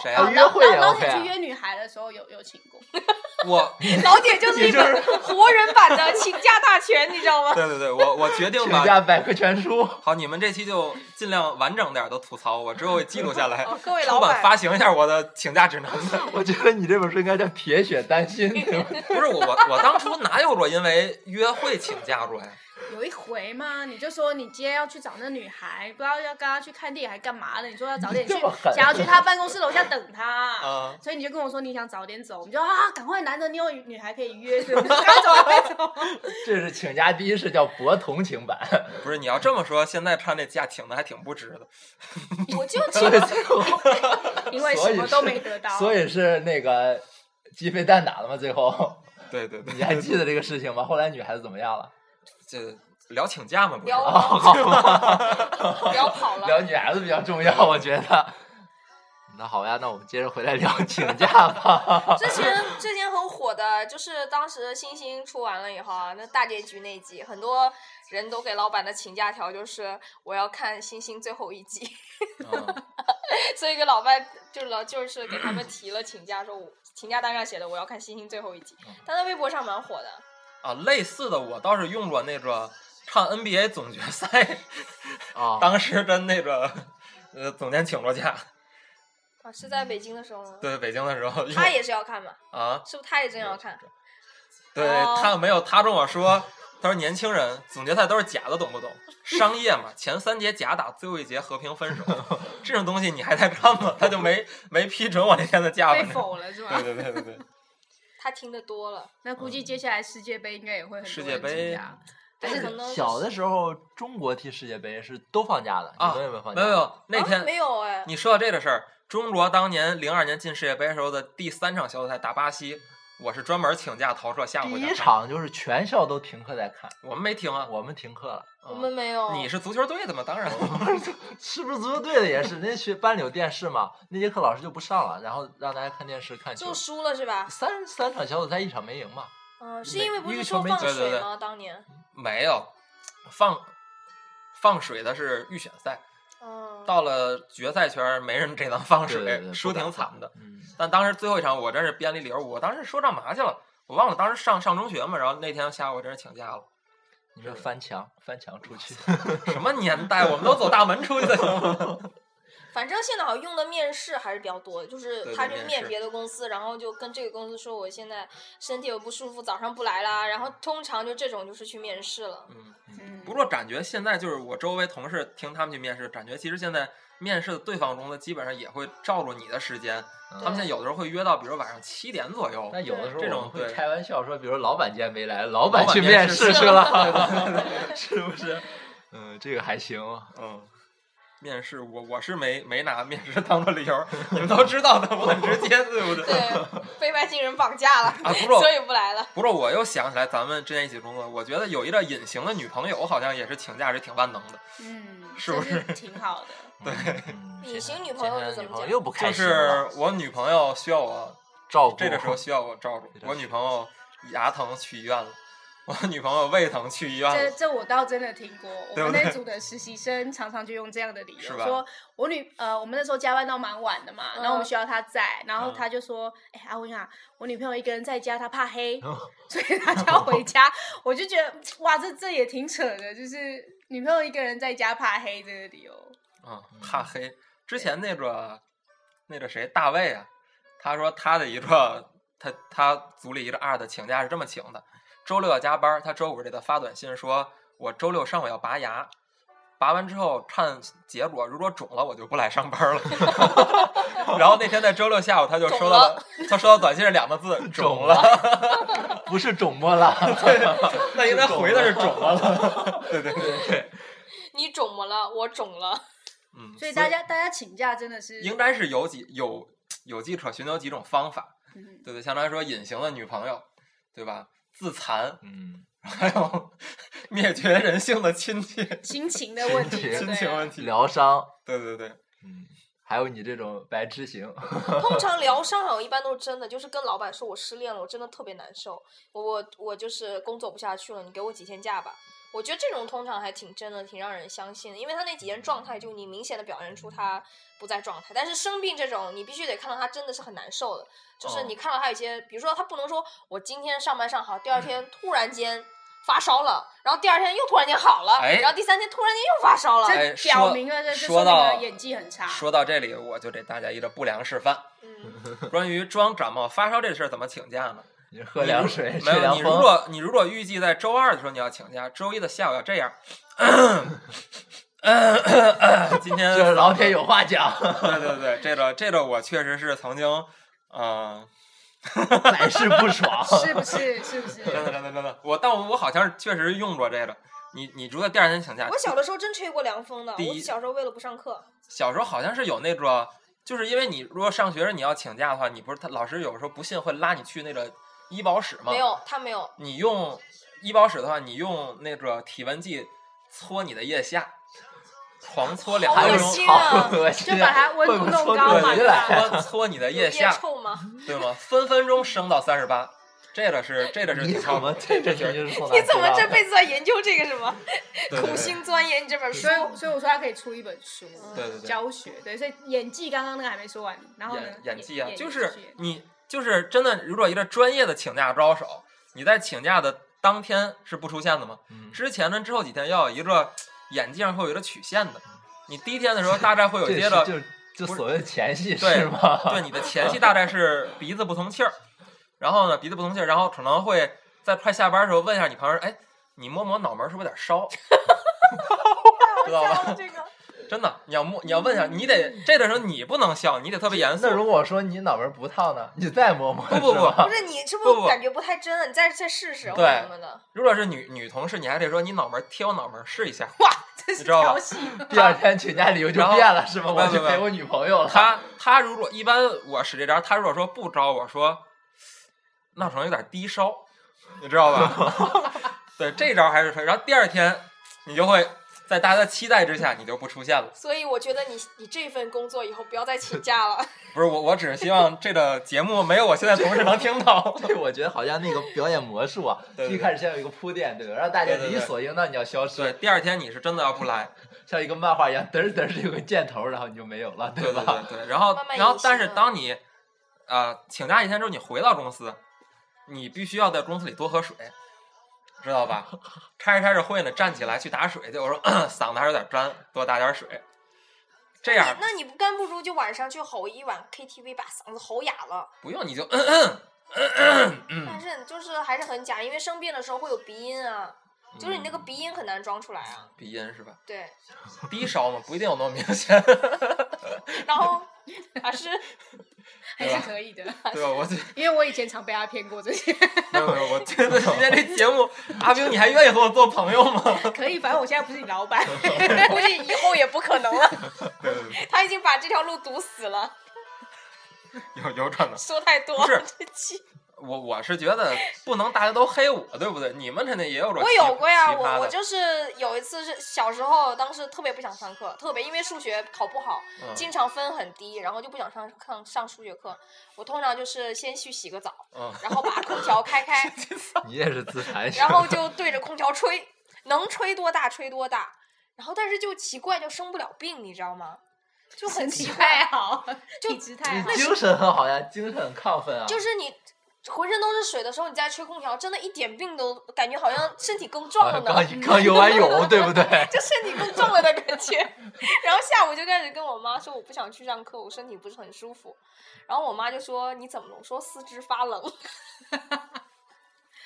[SPEAKER 5] 谁
[SPEAKER 4] 啊
[SPEAKER 5] 啊？
[SPEAKER 4] 约会也
[SPEAKER 7] 然后当时去
[SPEAKER 4] OK
[SPEAKER 7] 约
[SPEAKER 4] 啊。
[SPEAKER 7] 女孩的时候有有请过，
[SPEAKER 5] 我
[SPEAKER 6] 老铁就是一个活人版的请假大 全，你知道吗？
[SPEAKER 5] 对对对，我我决定
[SPEAKER 4] 请
[SPEAKER 5] 把
[SPEAKER 4] 假百科全书，
[SPEAKER 5] 好，你们这期就尽量完整点儿的吐槽，我之后会记录下来
[SPEAKER 6] 哦，各位
[SPEAKER 5] 出
[SPEAKER 6] 老
[SPEAKER 5] 版
[SPEAKER 6] 板
[SPEAKER 5] 发行一下我的请假指南。
[SPEAKER 4] 我觉得你这本书应该叫《铁血丹心》，对吧？
[SPEAKER 5] 不是我，我我当初哪有过因为约会请假过呀？
[SPEAKER 7] 有一回嘛，你就说你今天要去找那女孩，不知道要跟她去看电影还干嘛的，你说要早点去
[SPEAKER 4] 你这么，狠
[SPEAKER 7] 想要去她办公室楼下等她。
[SPEAKER 5] 啊、
[SPEAKER 7] 所以你就跟我说你想早点走，我们就啊赶快男的你有女孩可以约，对不对？赶快走，赶快走。
[SPEAKER 4] 这是请假第一是叫博同情版，
[SPEAKER 5] 不是你要这么说，现在看这假请的还挺不值的。
[SPEAKER 6] 我就请
[SPEAKER 4] 所以最后
[SPEAKER 7] 因为什么都没得到，
[SPEAKER 4] 所以是那个鸡飞蛋打了吗？最后
[SPEAKER 5] 对对对，
[SPEAKER 4] 你还记得这个事情吗？后来女孩子怎么样了？
[SPEAKER 5] 这聊请假嘛，不是啊
[SPEAKER 6] 聊？啊
[SPEAKER 4] 好
[SPEAKER 6] 聊跑了。
[SPEAKER 4] 聊女孩子比较重要，我觉得。那好呀，那我们接着回来聊请假 吧。
[SPEAKER 6] 之前之前很火的，就是当时星星出完了以后啊，那大结局那一集，很多人都给老板的请假条就是我要看星星最后一集，
[SPEAKER 5] 嗯
[SPEAKER 6] 所以给老板就是老就是给他们提了请假，说我请假单上写的我要看星星最后一集，
[SPEAKER 5] 嗯
[SPEAKER 6] 但在微博上蛮火的。
[SPEAKER 5] 啊，类似的我倒是用过那个看 NBA 总决赛，
[SPEAKER 4] 啊，
[SPEAKER 5] 当时跟那个呃总监请过假，
[SPEAKER 6] 啊，是在北京的时候吗？
[SPEAKER 5] 对北京的时候用
[SPEAKER 6] 他也是要看嘛，
[SPEAKER 5] 啊，
[SPEAKER 6] 是不是他也真要看？
[SPEAKER 5] 对
[SPEAKER 6] 哦
[SPEAKER 5] 他没有，他跟我说他说年轻人总决赛都是假的，懂不懂？商业嘛，前三节假打，最后一节和平 分手，这种东西你还在看吗？他就没没批准我那天的假
[SPEAKER 7] 被
[SPEAKER 5] 反正。
[SPEAKER 7] 否了是吧？
[SPEAKER 5] 对对对对对，
[SPEAKER 6] 他听得多了，
[SPEAKER 7] 那估计接下来世界杯应该也会很
[SPEAKER 5] 世
[SPEAKER 7] 多
[SPEAKER 5] 界
[SPEAKER 7] 人
[SPEAKER 5] 杯
[SPEAKER 7] 惊讶。
[SPEAKER 6] 但是可能
[SPEAKER 4] 小的时候，中国踢世界杯是都放假的，
[SPEAKER 5] 啊
[SPEAKER 4] 你们有没有放
[SPEAKER 5] 没有
[SPEAKER 4] 假？
[SPEAKER 5] 没有，那
[SPEAKER 6] 啊
[SPEAKER 5] 天
[SPEAKER 6] 没有哎，
[SPEAKER 5] 你说到这个事儿，中国当年零二年进世界杯时候的第三场小组赛打巴西，我是专门请假逃出来下午回家
[SPEAKER 4] 第一
[SPEAKER 5] 看，
[SPEAKER 4] 场就是全校都停课在看，
[SPEAKER 5] 我们没停啊，
[SPEAKER 4] 我们停课了。
[SPEAKER 5] 我
[SPEAKER 6] 我们没有。
[SPEAKER 5] 你是足球队的嘛？当然，
[SPEAKER 4] 是不是足球队的也是？那学班里有电视嘛，那节课老师就不上了，然后让大家看电视看球
[SPEAKER 6] 就。输了是吧？
[SPEAKER 4] 三三场小组赛一场没赢嘛，
[SPEAKER 6] 嗯，是因为不
[SPEAKER 4] 一
[SPEAKER 6] 是
[SPEAKER 4] 个
[SPEAKER 6] 说
[SPEAKER 4] 球没
[SPEAKER 6] 放
[SPEAKER 5] 进对对
[SPEAKER 6] 水
[SPEAKER 5] 对
[SPEAKER 6] 吗？当年，
[SPEAKER 5] 没有放放水的是预选赛，
[SPEAKER 6] 嗯，
[SPEAKER 5] 到了决赛圈儿没人这能放
[SPEAKER 4] 对对
[SPEAKER 5] 水，
[SPEAKER 4] 对，
[SPEAKER 5] 输
[SPEAKER 4] 不敢
[SPEAKER 5] 哎挺惨
[SPEAKER 4] 看
[SPEAKER 5] 的。。
[SPEAKER 4] 嗯，
[SPEAKER 5] 但当时最后一场，我真是编了一理由，我当时说干嘛去了，我忘了当时上上中学嘛，然后那天下午我真是请假了。
[SPEAKER 4] 你这翻墙翻墙出去，
[SPEAKER 5] 什么年代，我们都走大门出去的行 吗？
[SPEAKER 6] 反正现在好像用的面试还是比较多的，就是
[SPEAKER 5] 对
[SPEAKER 6] 他
[SPEAKER 5] 对
[SPEAKER 6] 就
[SPEAKER 5] 面
[SPEAKER 6] 面
[SPEAKER 5] 试
[SPEAKER 6] 别的公司，然后就跟这个公司说我现在身体有不舒服，早上不来啦。然后通常就这种就是去面试了。
[SPEAKER 5] 嗯，
[SPEAKER 7] 嗯
[SPEAKER 5] 不过感觉现在就是我周围同事听他们去面试，感觉其实现在面试的对方中的基本上也会照着你的时间，他们现在有的时候会约到，比如晚上七点左右。
[SPEAKER 4] 嗯但有的时候
[SPEAKER 5] 这
[SPEAKER 4] 我
[SPEAKER 5] 种
[SPEAKER 4] 们会
[SPEAKER 5] 对
[SPEAKER 4] 开玩笑说，比如老板今天没来，老板
[SPEAKER 5] 板
[SPEAKER 4] 去
[SPEAKER 5] 面
[SPEAKER 4] 面
[SPEAKER 5] 试
[SPEAKER 4] 试去
[SPEAKER 5] 去
[SPEAKER 4] 了， 是不是？嗯，这个还行。
[SPEAKER 5] 嗯，面试我我是没没拿面试当做理由，你们都知道的，我很直接， 对不对？
[SPEAKER 6] 对，被外星人绑架了，
[SPEAKER 5] 啊，不过
[SPEAKER 6] 所以不来了。
[SPEAKER 5] 不过我又想起来咱们之前一起工作，我觉得有一个隐形的女朋友，好像也是请假是挺万能的，
[SPEAKER 7] 嗯，
[SPEAKER 5] 是不
[SPEAKER 7] 真挺好 的？
[SPEAKER 4] 嗯
[SPEAKER 6] 隐形
[SPEAKER 4] 现在
[SPEAKER 6] 女朋友
[SPEAKER 4] 现在
[SPEAKER 6] 是怎么
[SPEAKER 4] 女朋友
[SPEAKER 6] 讲
[SPEAKER 4] 又
[SPEAKER 5] 就
[SPEAKER 4] 不开心
[SPEAKER 5] 是
[SPEAKER 4] 了，
[SPEAKER 5] 我女朋友需要我
[SPEAKER 4] 照顾。
[SPEAKER 5] 这个时候需要我照顾
[SPEAKER 4] 非，常
[SPEAKER 5] 我女朋友牙疼去医院了，我女朋友胃疼去医院
[SPEAKER 7] 这
[SPEAKER 5] 了，
[SPEAKER 7] 这我倒真的听过，我
[SPEAKER 5] 啊对
[SPEAKER 7] 们
[SPEAKER 5] 不对
[SPEAKER 7] 那组的实习生常常就用这样的理
[SPEAKER 5] 是
[SPEAKER 7] 由
[SPEAKER 5] 吧
[SPEAKER 7] 说，我女呃，我们那时候加班到蛮晚的嘛，然后我们需要她在，然后
[SPEAKER 5] 嗯
[SPEAKER 7] 她就说，哎、阿文啊，我女朋友一个人在家，她怕黑，
[SPEAKER 5] 哦
[SPEAKER 7] 所以她就 要回家。我就觉得哇，这这也挺扯的，就是女朋友一个人在家怕黑这个理由。
[SPEAKER 5] 嗯，怕黑。之前那个那个谁大卫啊，他说他的一个他他组里一个二的请假是这么请的：周六要加班，他周五给他发短信说，我周六上午要拔牙。拔完之后看结果，如果肿了我就不来上班了。 然后那天在周六下午，他就收到了，他收到短信是两个字“肿
[SPEAKER 4] 肿
[SPEAKER 5] 了”，
[SPEAKER 4] 不是肿么了，
[SPEAKER 5] 那应该回的是肿了。对对对对，
[SPEAKER 6] 你肿么了？我肿了。
[SPEAKER 5] 嗯，
[SPEAKER 7] 所以大家大家请假真的是，
[SPEAKER 5] 应该是有几有有迹可循，有几种方法，
[SPEAKER 7] 嗯
[SPEAKER 5] 对对，相当于说隐形的女朋友，对吧？自残，
[SPEAKER 4] 嗯，
[SPEAKER 5] 还有灭绝人性的亲戚
[SPEAKER 7] 心情的问题，
[SPEAKER 4] 亲
[SPEAKER 7] 对
[SPEAKER 5] 亲
[SPEAKER 4] 情
[SPEAKER 7] 不对
[SPEAKER 5] 情
[SPEAKER 7] 啊
[SPEAKER 5] 问题，
[SPEAKER 4] 疗伤，
[SPEAKER 5] 对对对，
[SPEAKER 4] 嗯，还有你这种白痴型，
[SPEAKER 6] 通常疗伤好像一般都是真的，就是跟老板说我失恋了，我真的特别难受，我我我就是工作不下去了，你给我几天假吧。我觉得这种通常还挺真的，挺让人相信的，因为他那几天状态就你明显的表现出他不在状态。但是生病这种，你必须得看到他真的是很难受的，就是
[SPEAKER 5] 哦
[SPEAKER 6] 你看到他有些，比如说他不能说我今天上班上好，第二天
[SPEAKER 5] 嗯
[SPEAKER 6] 突然间发烧了，然后第二天又突然间好了，
[SPEAKER 5] 哎
[SPEAKER 6] 然后第三天突然间又发烧了，
[SPEAKER 5] 哎
[SPEAKER 7] 这表
[SPEAKER 5] 说
[SPEAKER 7] 明了这
[SPEAKER 5] 说
[SPEAKER 7] 这说明了
[SPEAKER 5] 到
[SPEAKER 7] 演技很差。
[SPEAKER 5] 说到这里，我就给大家一个不良示范，
[SPEAKER 6] 嗯，
[SPEAKER 5] 关于装感冒发烧这事儿怎么请假呢？
[SPEAKER 4] 你喝凉水，
[SPEAKER 5] 没
[SPEAKER 4] 吹
[SPEAKER 5] 有，
[SPEAKER 4] 凉
[SPEAKER 5] 你如
[SPEAKER 4] 风，
[SPEAKER 5] 果你如果预计在周二的时候你要请假，周一的下午要这样。 今天
[SPEAKER 4] 这是老铁有话讲，
[SPEAKER 5] 对对对，这个这个我确实是曾经，嗯、
[SPEAKER 4] 百试不爽。
[SPEAKER 7] 是不是？是不是？
[SPEAKER 5] 真的真的真的，我但我好像是确实用过这个。你你如果第二天请假
[SPEAKER 6] 我，小的时候真吹过凉风的，
[SPEAKER 5] 第
[SPEAKER 6] 我
[SPEAKER 5] 一
[SPEAKER 6] 小时候为了不上课，
[SPEAKER 5] 小时候好像是有那个，就是因为你如果上学时你要请假的话，你不是他老师有时候不信会拉你去那个医保室吗？
[SPEAKER 6] 没，有他没有，
[SPEAKER 5] 你用医保室的话，你用那个体温计搓你的腋下，狂搓两
[SPEAKER 6] 好
[SPEAKER 4] 还
[SPEAKER 5] 分
[SPEAKER 4] 有
[SPEAKER 6] 恶
[SPEAKER 5] 钟，
[SPEAKER 6] 心
[SPEAKER 4] 好
[SPEAKER 6] 啊
[SPEAKER 4] 恶心啊，
[SPEAKER 7] 就把它温度
[SPEAKER 4] 会
[SPEAKER 7] 弄高
[SPEAKER 4] 不
[SPEAKER 7] 嘛
[SPEAKER 5] 对
[SPEAKER 4] 会出
[SPEAKER 7] 对
[SPEAKER 4] 来
[SPEAKER 7] 吧
[SPEAKER 5] 搓搓你的
[SPEAKER 6] 有
[SPEAKER 5] 腋
[SPEAKER 6] 腋
[SPEAKER 5] 下，
[SPEAKER 6] 臭吗？
[SPEAKER 5] 对吗？分分钟升到三十八，这个是这个是
[SPEAKER 4] 你
[SPEAKER 5] 挺
[SPEAKER 4] 怎
[SPEAKER 5] 靠谱
[SPEAKER 4] 么
[SPEAKER 5] 的，
[SPEAKER 4] 这这
[SPEAKER 5] 确实
[SPEAKER 4] 这就是
[SPEAKER 6] 你怎么这辈子在研究这个是吗？
[SPEAKER 5] 对对
[SPEAKER 6] 苦
[SPEAKER 5] 对
[SPEAKER 6] 心钻研这本书
[SPEAKER 7] 所，以，所以我说他可以出一本书，
[SPEAKER 5] 对对对
[SPEAKER 7] 教学。对，所以演技刚刚那个还没说完，然后呢
[SPEAKER 5] 演？演技啊，
[SPEAKER 7] 演
[SPEAKER 5] 就是
[SPEAKER 7] 技
[SPEAKER 5] 你就是真的，如果一个专业的请假高手，你在请假的当天是不出现的吗？
[SPEAKER 4] 嗯
[SPEAKER 5] 之前跟之后几天要有一个演技上会有一个曲线的。你第一天的时候大概会有一些
[SPEAKER 4] 这
[SPEAKER 5] 的，
[SPEAKER 4] 是就就所谓的前戏
[SPEAKER 5] 对
[SPEAKER 4] 是吗？
[SPEAKER 5] 对你的前戏大概是鼻子不通气儿，然后呢鼻子不通气儿，然后可能会在快下班的时候问一下你旁边，哎，你摸摸脑门儿是不是有点烧，知道吧？
[SPEAKER 6] 这 个
[SPEAKER 5] 真的，你要摸，你要问一下，你得这个时候你不能笑，你得特别严肃
[SPEAKER 4] 那。如果说你脑门不烫呢，你再摸摸，
[SPEAKER 5] 不不不
[SPEAKER 4] 是吧
[SPEAKER 6] 不是你是
[SPEAKER 5] 不不
[SPEAKER 6] 不是感觉不太真啊了？你再再试试或者
[SPEAKER 5] 对
[SPEAKER 6] 什么的。
[SPEAKER 5] 如果是女女同事，你还得说你脑门儿贴我脑门儿试一下。
[SPEAKER 7] 哇， 这是
[SPEAKER 5] 知道吧
[SPEAKER 7] 调戏，
[SPEAKER 4] 第二天请假理由就
[SPEAKER 5] 然后
[SPEAKER 4] 变了是吗？
[SPEAKER 5] 不不
[SPEAKER 4] 我
[SPEAKER 5] 不
[SPEAKER 4] 去陪我女朋友了。
[SPEAKER 5] 他他如果一般我使这招，他如果说不招我说，那可能有点低烧，你知道吧？ 对，这招还是可以然后第二天你就会在大家的期待之下，你就不出现了。
[SPEAKER 6] 所以我觉得你你这份工作以后不要再请假了。
[SPEAKER 5] 不是我，我只是希望这个节目没有我现在同事能听 到。
[SPEAKER 4] 对，我觉得好像那个表演魔术啊，
[SPEAKER 5] 对对对
[SPEAKER 4] 一开始先有一个铺垫，对吧？让大家
[SPEAKER 5] 对对对
[SPEAKER 4] 理所应当你要消
[SPEAKER 5] 对，
[SPEAKER 4] 失，
[SPEAKER 5] 第二天你是真的要不来，
[SPEAKER 4] 像一个漫画一样，嘚儿嘚儿有个箭头，然后你就没有了，
[SPEAKER 5] 对
[SPEAKER 4] 吧？
[SPEAKER 5] 对对，然后
[SPEAKER 6] 慢慢
[SPEAKER 5] 然后
[SPEAKER 6] 隐，形
[SPEAKER 5] 但是
[SPEAKER 6] 了
[SPEAKER 5] 当你呃请假一天之后，你回到公司，你必须要在公司里多喝水，知道吧？开着开着会呢，站起来去打水去，我说嗓子还是有点干，多打点水。这样
[SPEAKER 6] 那你不干不如就晚上去吼一晚 KTV，把嗓子吼哑了。
[SPEAKER 5] 不用你就嗯
[SPEAKER 6] 但是就是还是很假，因为生病的时候会有鼻音啊，
[SPEAKER 5] 嗯
[SPEAKER 6] 就是你那个鼻音很难装出来啊。
[SPEAKER 5] 鼻音是吧？
[SPEAKER 6] 对，
[SPEAKER 5] 低烧嘛，不一定有那么明显，
[SPEAKER 6] 然后还是
[SPEAKER 7] 还是可以的。
[SPEAKER 5] 对吧？我 觉得
[SPEAKER 9] 因为我以前常被他骗过这些。
[SPEAKER 5] 没有没有，我觉得今天这节目，阿冰，你还愿意和我做朋友吗？
[SPEAKER 7] 可以，反正我现在不是你老板。
[SPEAKER 6] 估计以后也不可能了。
[SPEAKER 5] 对对对，
[SPEAKER 6] 他已经把这条路堵死了，
[SPEAKER 5] 有有可能。
[SPEAKER 6] 说太多
[SPEAKER 5] 不是
[SPEAKER 6] 了。这期
[SPEAKER 5] 我我是觉得不能大家都黑我，对不对？你们肯定也有种
[SPEAKER 6] 我
[SPEAKER 5] 奇
[SPEAKER 6] 有过呀，
[SPEAKER 5] 奇葩
[SPEAKER 6] 我我
[SPEAKER 5] 的
[SPEAKER 6] 就是有一次是小时候，当时特别不想上课，特别因为数学考不好，
[SPEAKER 5] 嗯
[SPEAKER 6] 经常分很低，然后就不想上上上数学课。我通常就是先去洗个澡，
[SPEAKER 5] 嗯
[SPEAKER 6] 然后把空调开 开，
[SPEAKER 4] 你也是自残型
[SPEAKER 6] 然后就对着空调吹，能吹多大吹多大。然后但是就奇怪，就生不了病，你知道吗？就很
[SPEAKER 7] 身
[SPEAKER 6] 奇
[SPEAKER 7] 体
[SPEAKER 6] 怪
[SPEAKER 7] 太，好，
[SPEAKER 6] 就
[SPEAKER 7] 体质太好
[SPEAKER 4] 你，精神很好呀，精神很亢奋啊。
[SPEAKER 6] 就是
[SPEAKER 5] 嗯
[SPEAKER 6] 你浑身都是水的时候，你再吹空调，真的一点病都感觉好
[SPEAKER 5] 啊
[SPEAKER 6] 像身体更
[SPEAKER 4] 好
[SPEAKER 6] 壮了
[SPEAKER 4] 像
[SPEAKER 6] 呢。
[SPEAKER 4] 刚刚游完泳，对不对？
[SPEAKER 6] 就身体更重了的感觉。 然后下午就开始跟我妈说我不想去上课，我身体不是很舒服。然后我妈就说你怎么了？我说四肢发 冷。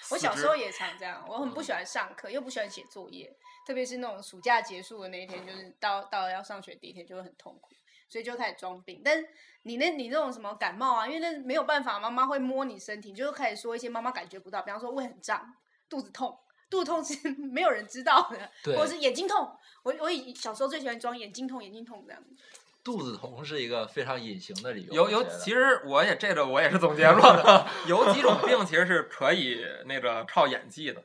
[SPEAKER 7] 我小时候也常这样，我很不喜欢上课，又不喜欢写作业，特别是那种暑假结束的那一天，就是到到要上学第一天就会很痛苦，所以就开始装病。但是你那你那种什么感冒啊，因为那没有办法，妈妈会摸你身体，你就开始说一些妈妈感觉不到，比方说胃很胀、肚子痛。肚子痛是 没有人知道的，
[SPEAKER 4] 对
[SPEAKER 7] 或者是眼睛痛。我我以小时候最喜欢装眼睛痛、眼睛痛这样子。
[SPEAKER 4] 肚子痛是一个非常隐形的理由。
[SPEAKER 5] 有
[SPEAKER 4] 我
[SPEAKER 5] 有
[SPEAKER 4] 觉，得
[SPEAKER 5] 其实我也这个我也是总结过 的，有几种病其实是可以那个靠演技的，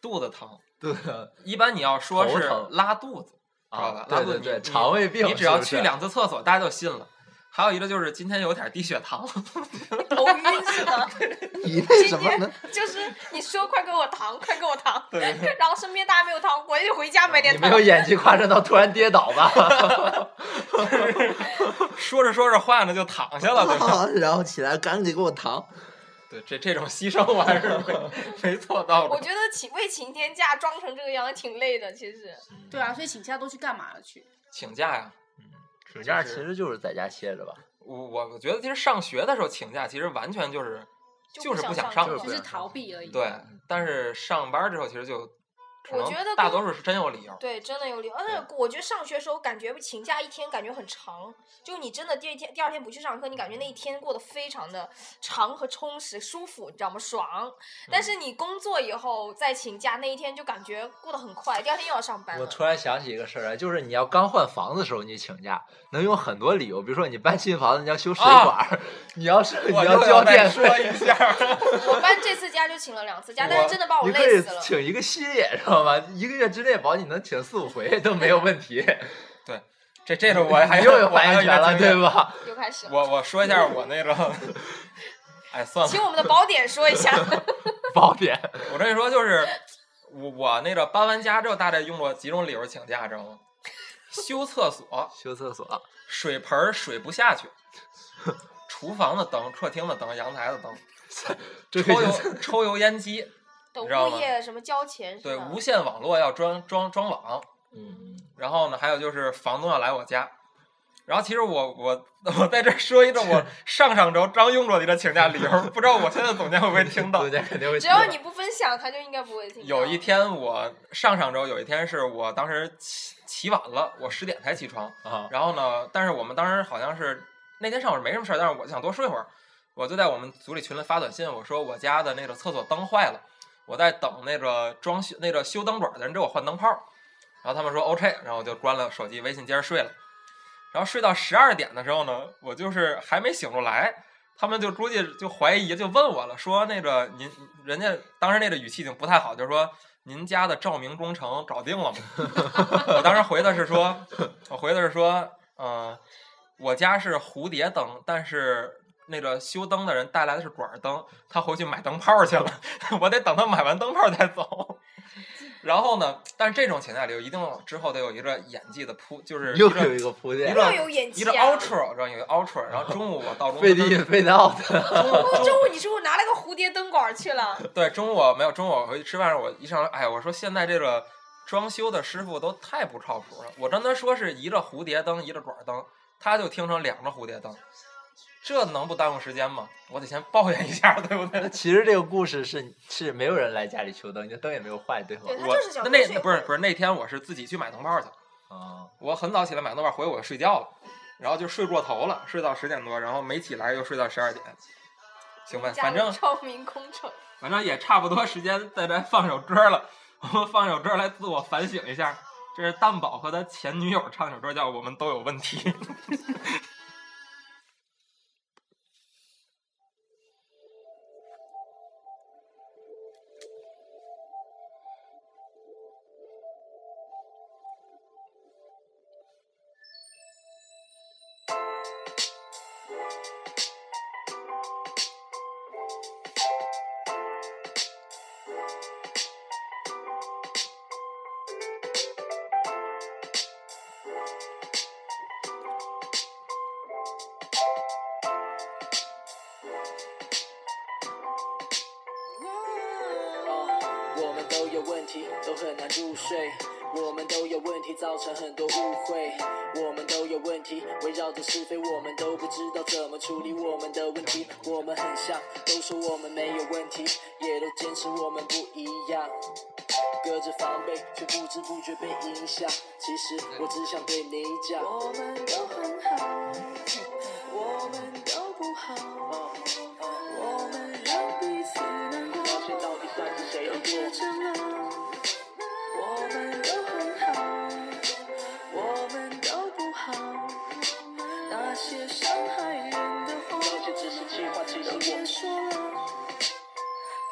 [SPEAKER 5] 肚子疼，
[SPEAKER 4] 对啊
[SPEAKER 5] 一般你要说
[SPEAKER 4] 头
[SPEAKER 5] 是
[SPEAKER 4] 疼
[SPEAKER 5] 拉肚子，知道
[SPEAKER 4] 啊
[SPEAKER 5] 吧，？拉
[SPEAKER 4] 对
[SPEAKER 5] 肚
[SPEAKER 4] 对
[SPEAKER 5] 子
[SPEAKER 4] 对，
[SPEAKER 5] 你
[SPEAKER 4] 肠胃病，
[SPEAKER 5] 你只要
[SPEAKER 4] 是不是啊
[SPEAKER 5] 去两次厕所，大家就信了。还有一个就是今天有点低血糖，
[SPEAKER 6] 头晕是吗？
[SPEAKER 3] 你 为什么能？
[SPEAKER 6] 就是你说快给我糖，快给我 糖。
[SPEAKER 5] 对
[SPEAKER 6] 然后身边大家没有糖，我就回家买点
[SPEAKER 4] 你没
[SPEAKER 6] 糖
[SPEAKER 4] 有。演技夸张到突然跌倒 吧？
[SPEAKER 5] 说着说着话呢就躺下了，对 吧？
[SPEAKER 3] 啊然后起来赶紧给我糖。
[SPEAKER 5] 对，这这种牺牲我还是没没做到
[SPEAKER 6] 我
[SPEAKER 5] 的。
[SPEAKER 6] 觉得请为请天假装成这个样挺累的，其实。
[SPEAKER 7] 对啊，所以请假都去干嘛了去？
[SPEAKER 5] 请假呀，
[SPEAKER 4] 暑假
[SPEAKER 5] 就是
[SPEAKER 4] 其实就是在家歇着吧。
[SPEAKER 5] 我我我觉得其实上学的时候请假其实完全就是
[SPEAKER 6] 就
[SPEAKER 5] 就是不想上
[SPEAKER 6] 上
[SPEAKER 4] 课
[SPEAKER 7] 只是逃避而已。
[SPEAKER 5] 对，啊但是上班之后其实就可
[SPEAKER 6] 我
[SPEAKER 5] 能
[SPEAKER 6] 觉得
[SPEAKER 5] 大
[SPEAKER 6] 跟
[SPEAKER 5] 多数是真有理由。
[SPEAKER 6] 对，真的有理由。而且我觉得上学时候感觉请假一天感觉很长，就你真的第一天、第二天不去上课，你感觉那一天过得非常的长和充实、舒服，你知道吗？爽。但
[SPEAKER 5] 嗯
[SPEAKER 6] 是你工作以后再请假那一天就感觉过得很快，第二天又要上班
[SPEAKER 5] 哎
[SPEAKER 4] 我
[SPEAKER 6] 了。
[SPEAKER 4] 突然想起一个事儿来，就是你要刚换房子的时候，你请假能有很多理由，比如说你搬新房子，你要修水
[SPEAKER 5] 啊
[SPEAKER 4] 管儿，你要是你
[SPEAKER 5] 我
[SPEAKER 4] 要
[SPEAKER 5] 又
[SPEAKER 4] 交
[SPEAKER 5] 再
[SPEAKER 4] 电
[SPEAKER 5] 说
[SPEAKER 4] 费，
[SPEAKER 5] 一下，
[SPEAKER 6] 我班这次假就请了两次假，但
[SPEAKER 5] 我
[SPEAKER 6] 是真的把我
[SPEAKER 4] 你可以
[SPEAKER 6] 累死了。
[SPEAKER 4] 请一个新也知道吗？一个月之内保你能请四五回都没有问题，
[SPEAKER 5] 这这 个我还
[SPEAKER 4] 你又有
[SPEAKER 5] 我还
[SPEAKER 4] 发言
[SPEAKER 5] 有一个
[SPEAKER 4] 权了，
[SPEAKER 5] 经验
[SPEAKER 4] 对吧？
[SPEAKER 6] 又开始了，
[SPEAKER 5] 我我说一下我那个，哎，算
[SPEAKER 6] 请
[SPEAKER 5] 了，
[SPEAKER 6] 我们的宝典说 一下。
[SPEAKER 4] 宝典，
[SPEAKER 5] 我跟你说，就是我我那个搬完家之后，大概用过几种理由请假，知道 吗？修厕所，
[SPEAKER 4] 修厕所，
[SPEAKER 5] 水盆儿水不下去，厨房的灯、客厅的灯、阳台的灯，
[SPEAKER 4] 这可以
[SPEAKER 5] 抽油抽油烟机，
[SPEAKER 6] 等
[SPEAKER 5] 你知道
[SPEAKER 6] 物
[SPEAKER 5] 吗
[SPEAKER 6] 业什么交钱是
[SPEAKER 5] 对，
[SPEAKER 6] 吧？
[SPEAKER 5] 无线网络要装装装网，
[SPEAKER 4] 嗯，
[SPEAKER 5] 然后呢，还有就是房东要来我家，然后其实我我 我在这儿说一个我上上周张庸着的一个请假理由，不知道我现在总监会不会听到
[SPEAKER 4] 作。家肯定会
[SPEAKER 6] 只
[SPEAKER 4] 听
[SPEAKER 6] 要
[SPEAKER 4] 到
[SPEAKER 6] 你不分享，他就应该不会听 到。
[SPEAKER 5] 有一天我上上周有一天是我当时起起晚了，我十点才起床，
[SPEAKER 4] 啊，
[SPEAKER 5] 然后呢，但是我们当时好像是那天上午是没什么事儿，但是我就想多睡会儿，我就在我们组里群里发短信，我说我家的那个厕所灯坏了，我在等那个装修那个修灯管的人给我换灯泡儿，然后他们说 OK，然后我就关了手机微信接着睡了，然后睡到十二点的时候呢，我就是还没醒过来。他们就估计就怀疑，就问我了，说那个您人家当时那个语气已经不太好，就说您家的照明工程搞定了吗？ 我当时回的是说，我回的是说，嗯、我家是蝴蝶灯，但是那个修灯的人带来的是管灯，他回去买灯泡去了， 我得等他买完灯泡再走。然后呢，但是这种情况下里，一定之后得有一个演技的铺，就是
[SPEAKER 10] 又
[SPEAKER 5] 一个
[SPEAKER 10] 有一个铺
[SPEAKER 5] 一
[SPEAKER 10] 垫，
[SPEAKER 5] 个
[SPEAKER 6] 又有演技
[SPEAKER 5] 一个
[SPEAKER 6] 啊
[SPEAKER 5] outro，然后有 一个 outro，然后中午我到公司
[SPEAKER 10] 费力费得 out，
[SPEAKER 6] 哦中午你是不是拿了个蝴蝶灯管去了？
[SPEAKER 5] 对，中午我没有，中午我回去吃饭，我一上来，哎，我说现在这个装修的师傅都太不靠谱了。我跟他说是一个蝴蝶灯，一个管灯，他就听成两个蝴蝶灯，这能不耽误时间吗？我得先抱怨一下，对不 对？
[SPEAKER 4] 其实这个故事是是没有人来家里修灯，你的灯也没有坏，对吗？
[SPEAKER 6] 对他
[SPEAKER 5] 我
[SPEAKER 6] 就是想
[SPEAKER 5] 那那那
[SPEAKER 6] 多睡一
[SPEAKER 5] 不
[SPEAKER 6] 会
[SPEAKER 5] 是
[SPEAKER 6] 儿
[SPEAKER 5] 不是那天我是自己去买灯泡去，
[SPEAKER 4] 啊，
[SPEAKER 5] 我很早起来买灯泡，回我就睡觉了，然后就睡过头了，睡到十点多，然后没起来又睡到十二点。行吧，
[SPEAKER 6] 家
[SPEAKER 5] 反
[SPEAKER 6] 里
[SPEAKER 5] 正
[SPEAKER 6] 照明工程，
[SPEAKER 5] 反正也差不多时间，在这放首歌了。我们放首歌来自我反省一下。这是蛋宝和他前女友唱首歌，叫《我们都有问题》。
[SPEAKER 8] 我们都有问题，都很难入睡。我们都有问题，造成很多误会。我们都有问题，围绕着是非，我们都不知道怎么处理我们的问题。我们很像，都说我们没有问题，也都坚持我们不一样。隔着防备，却不知不觉被影响。其实我只想对你讲，我们都很好，我们都不好，我们让彼此难过。到底算是谁的错？我们都很好，我们都不好，那些伤害人的话，都别说了，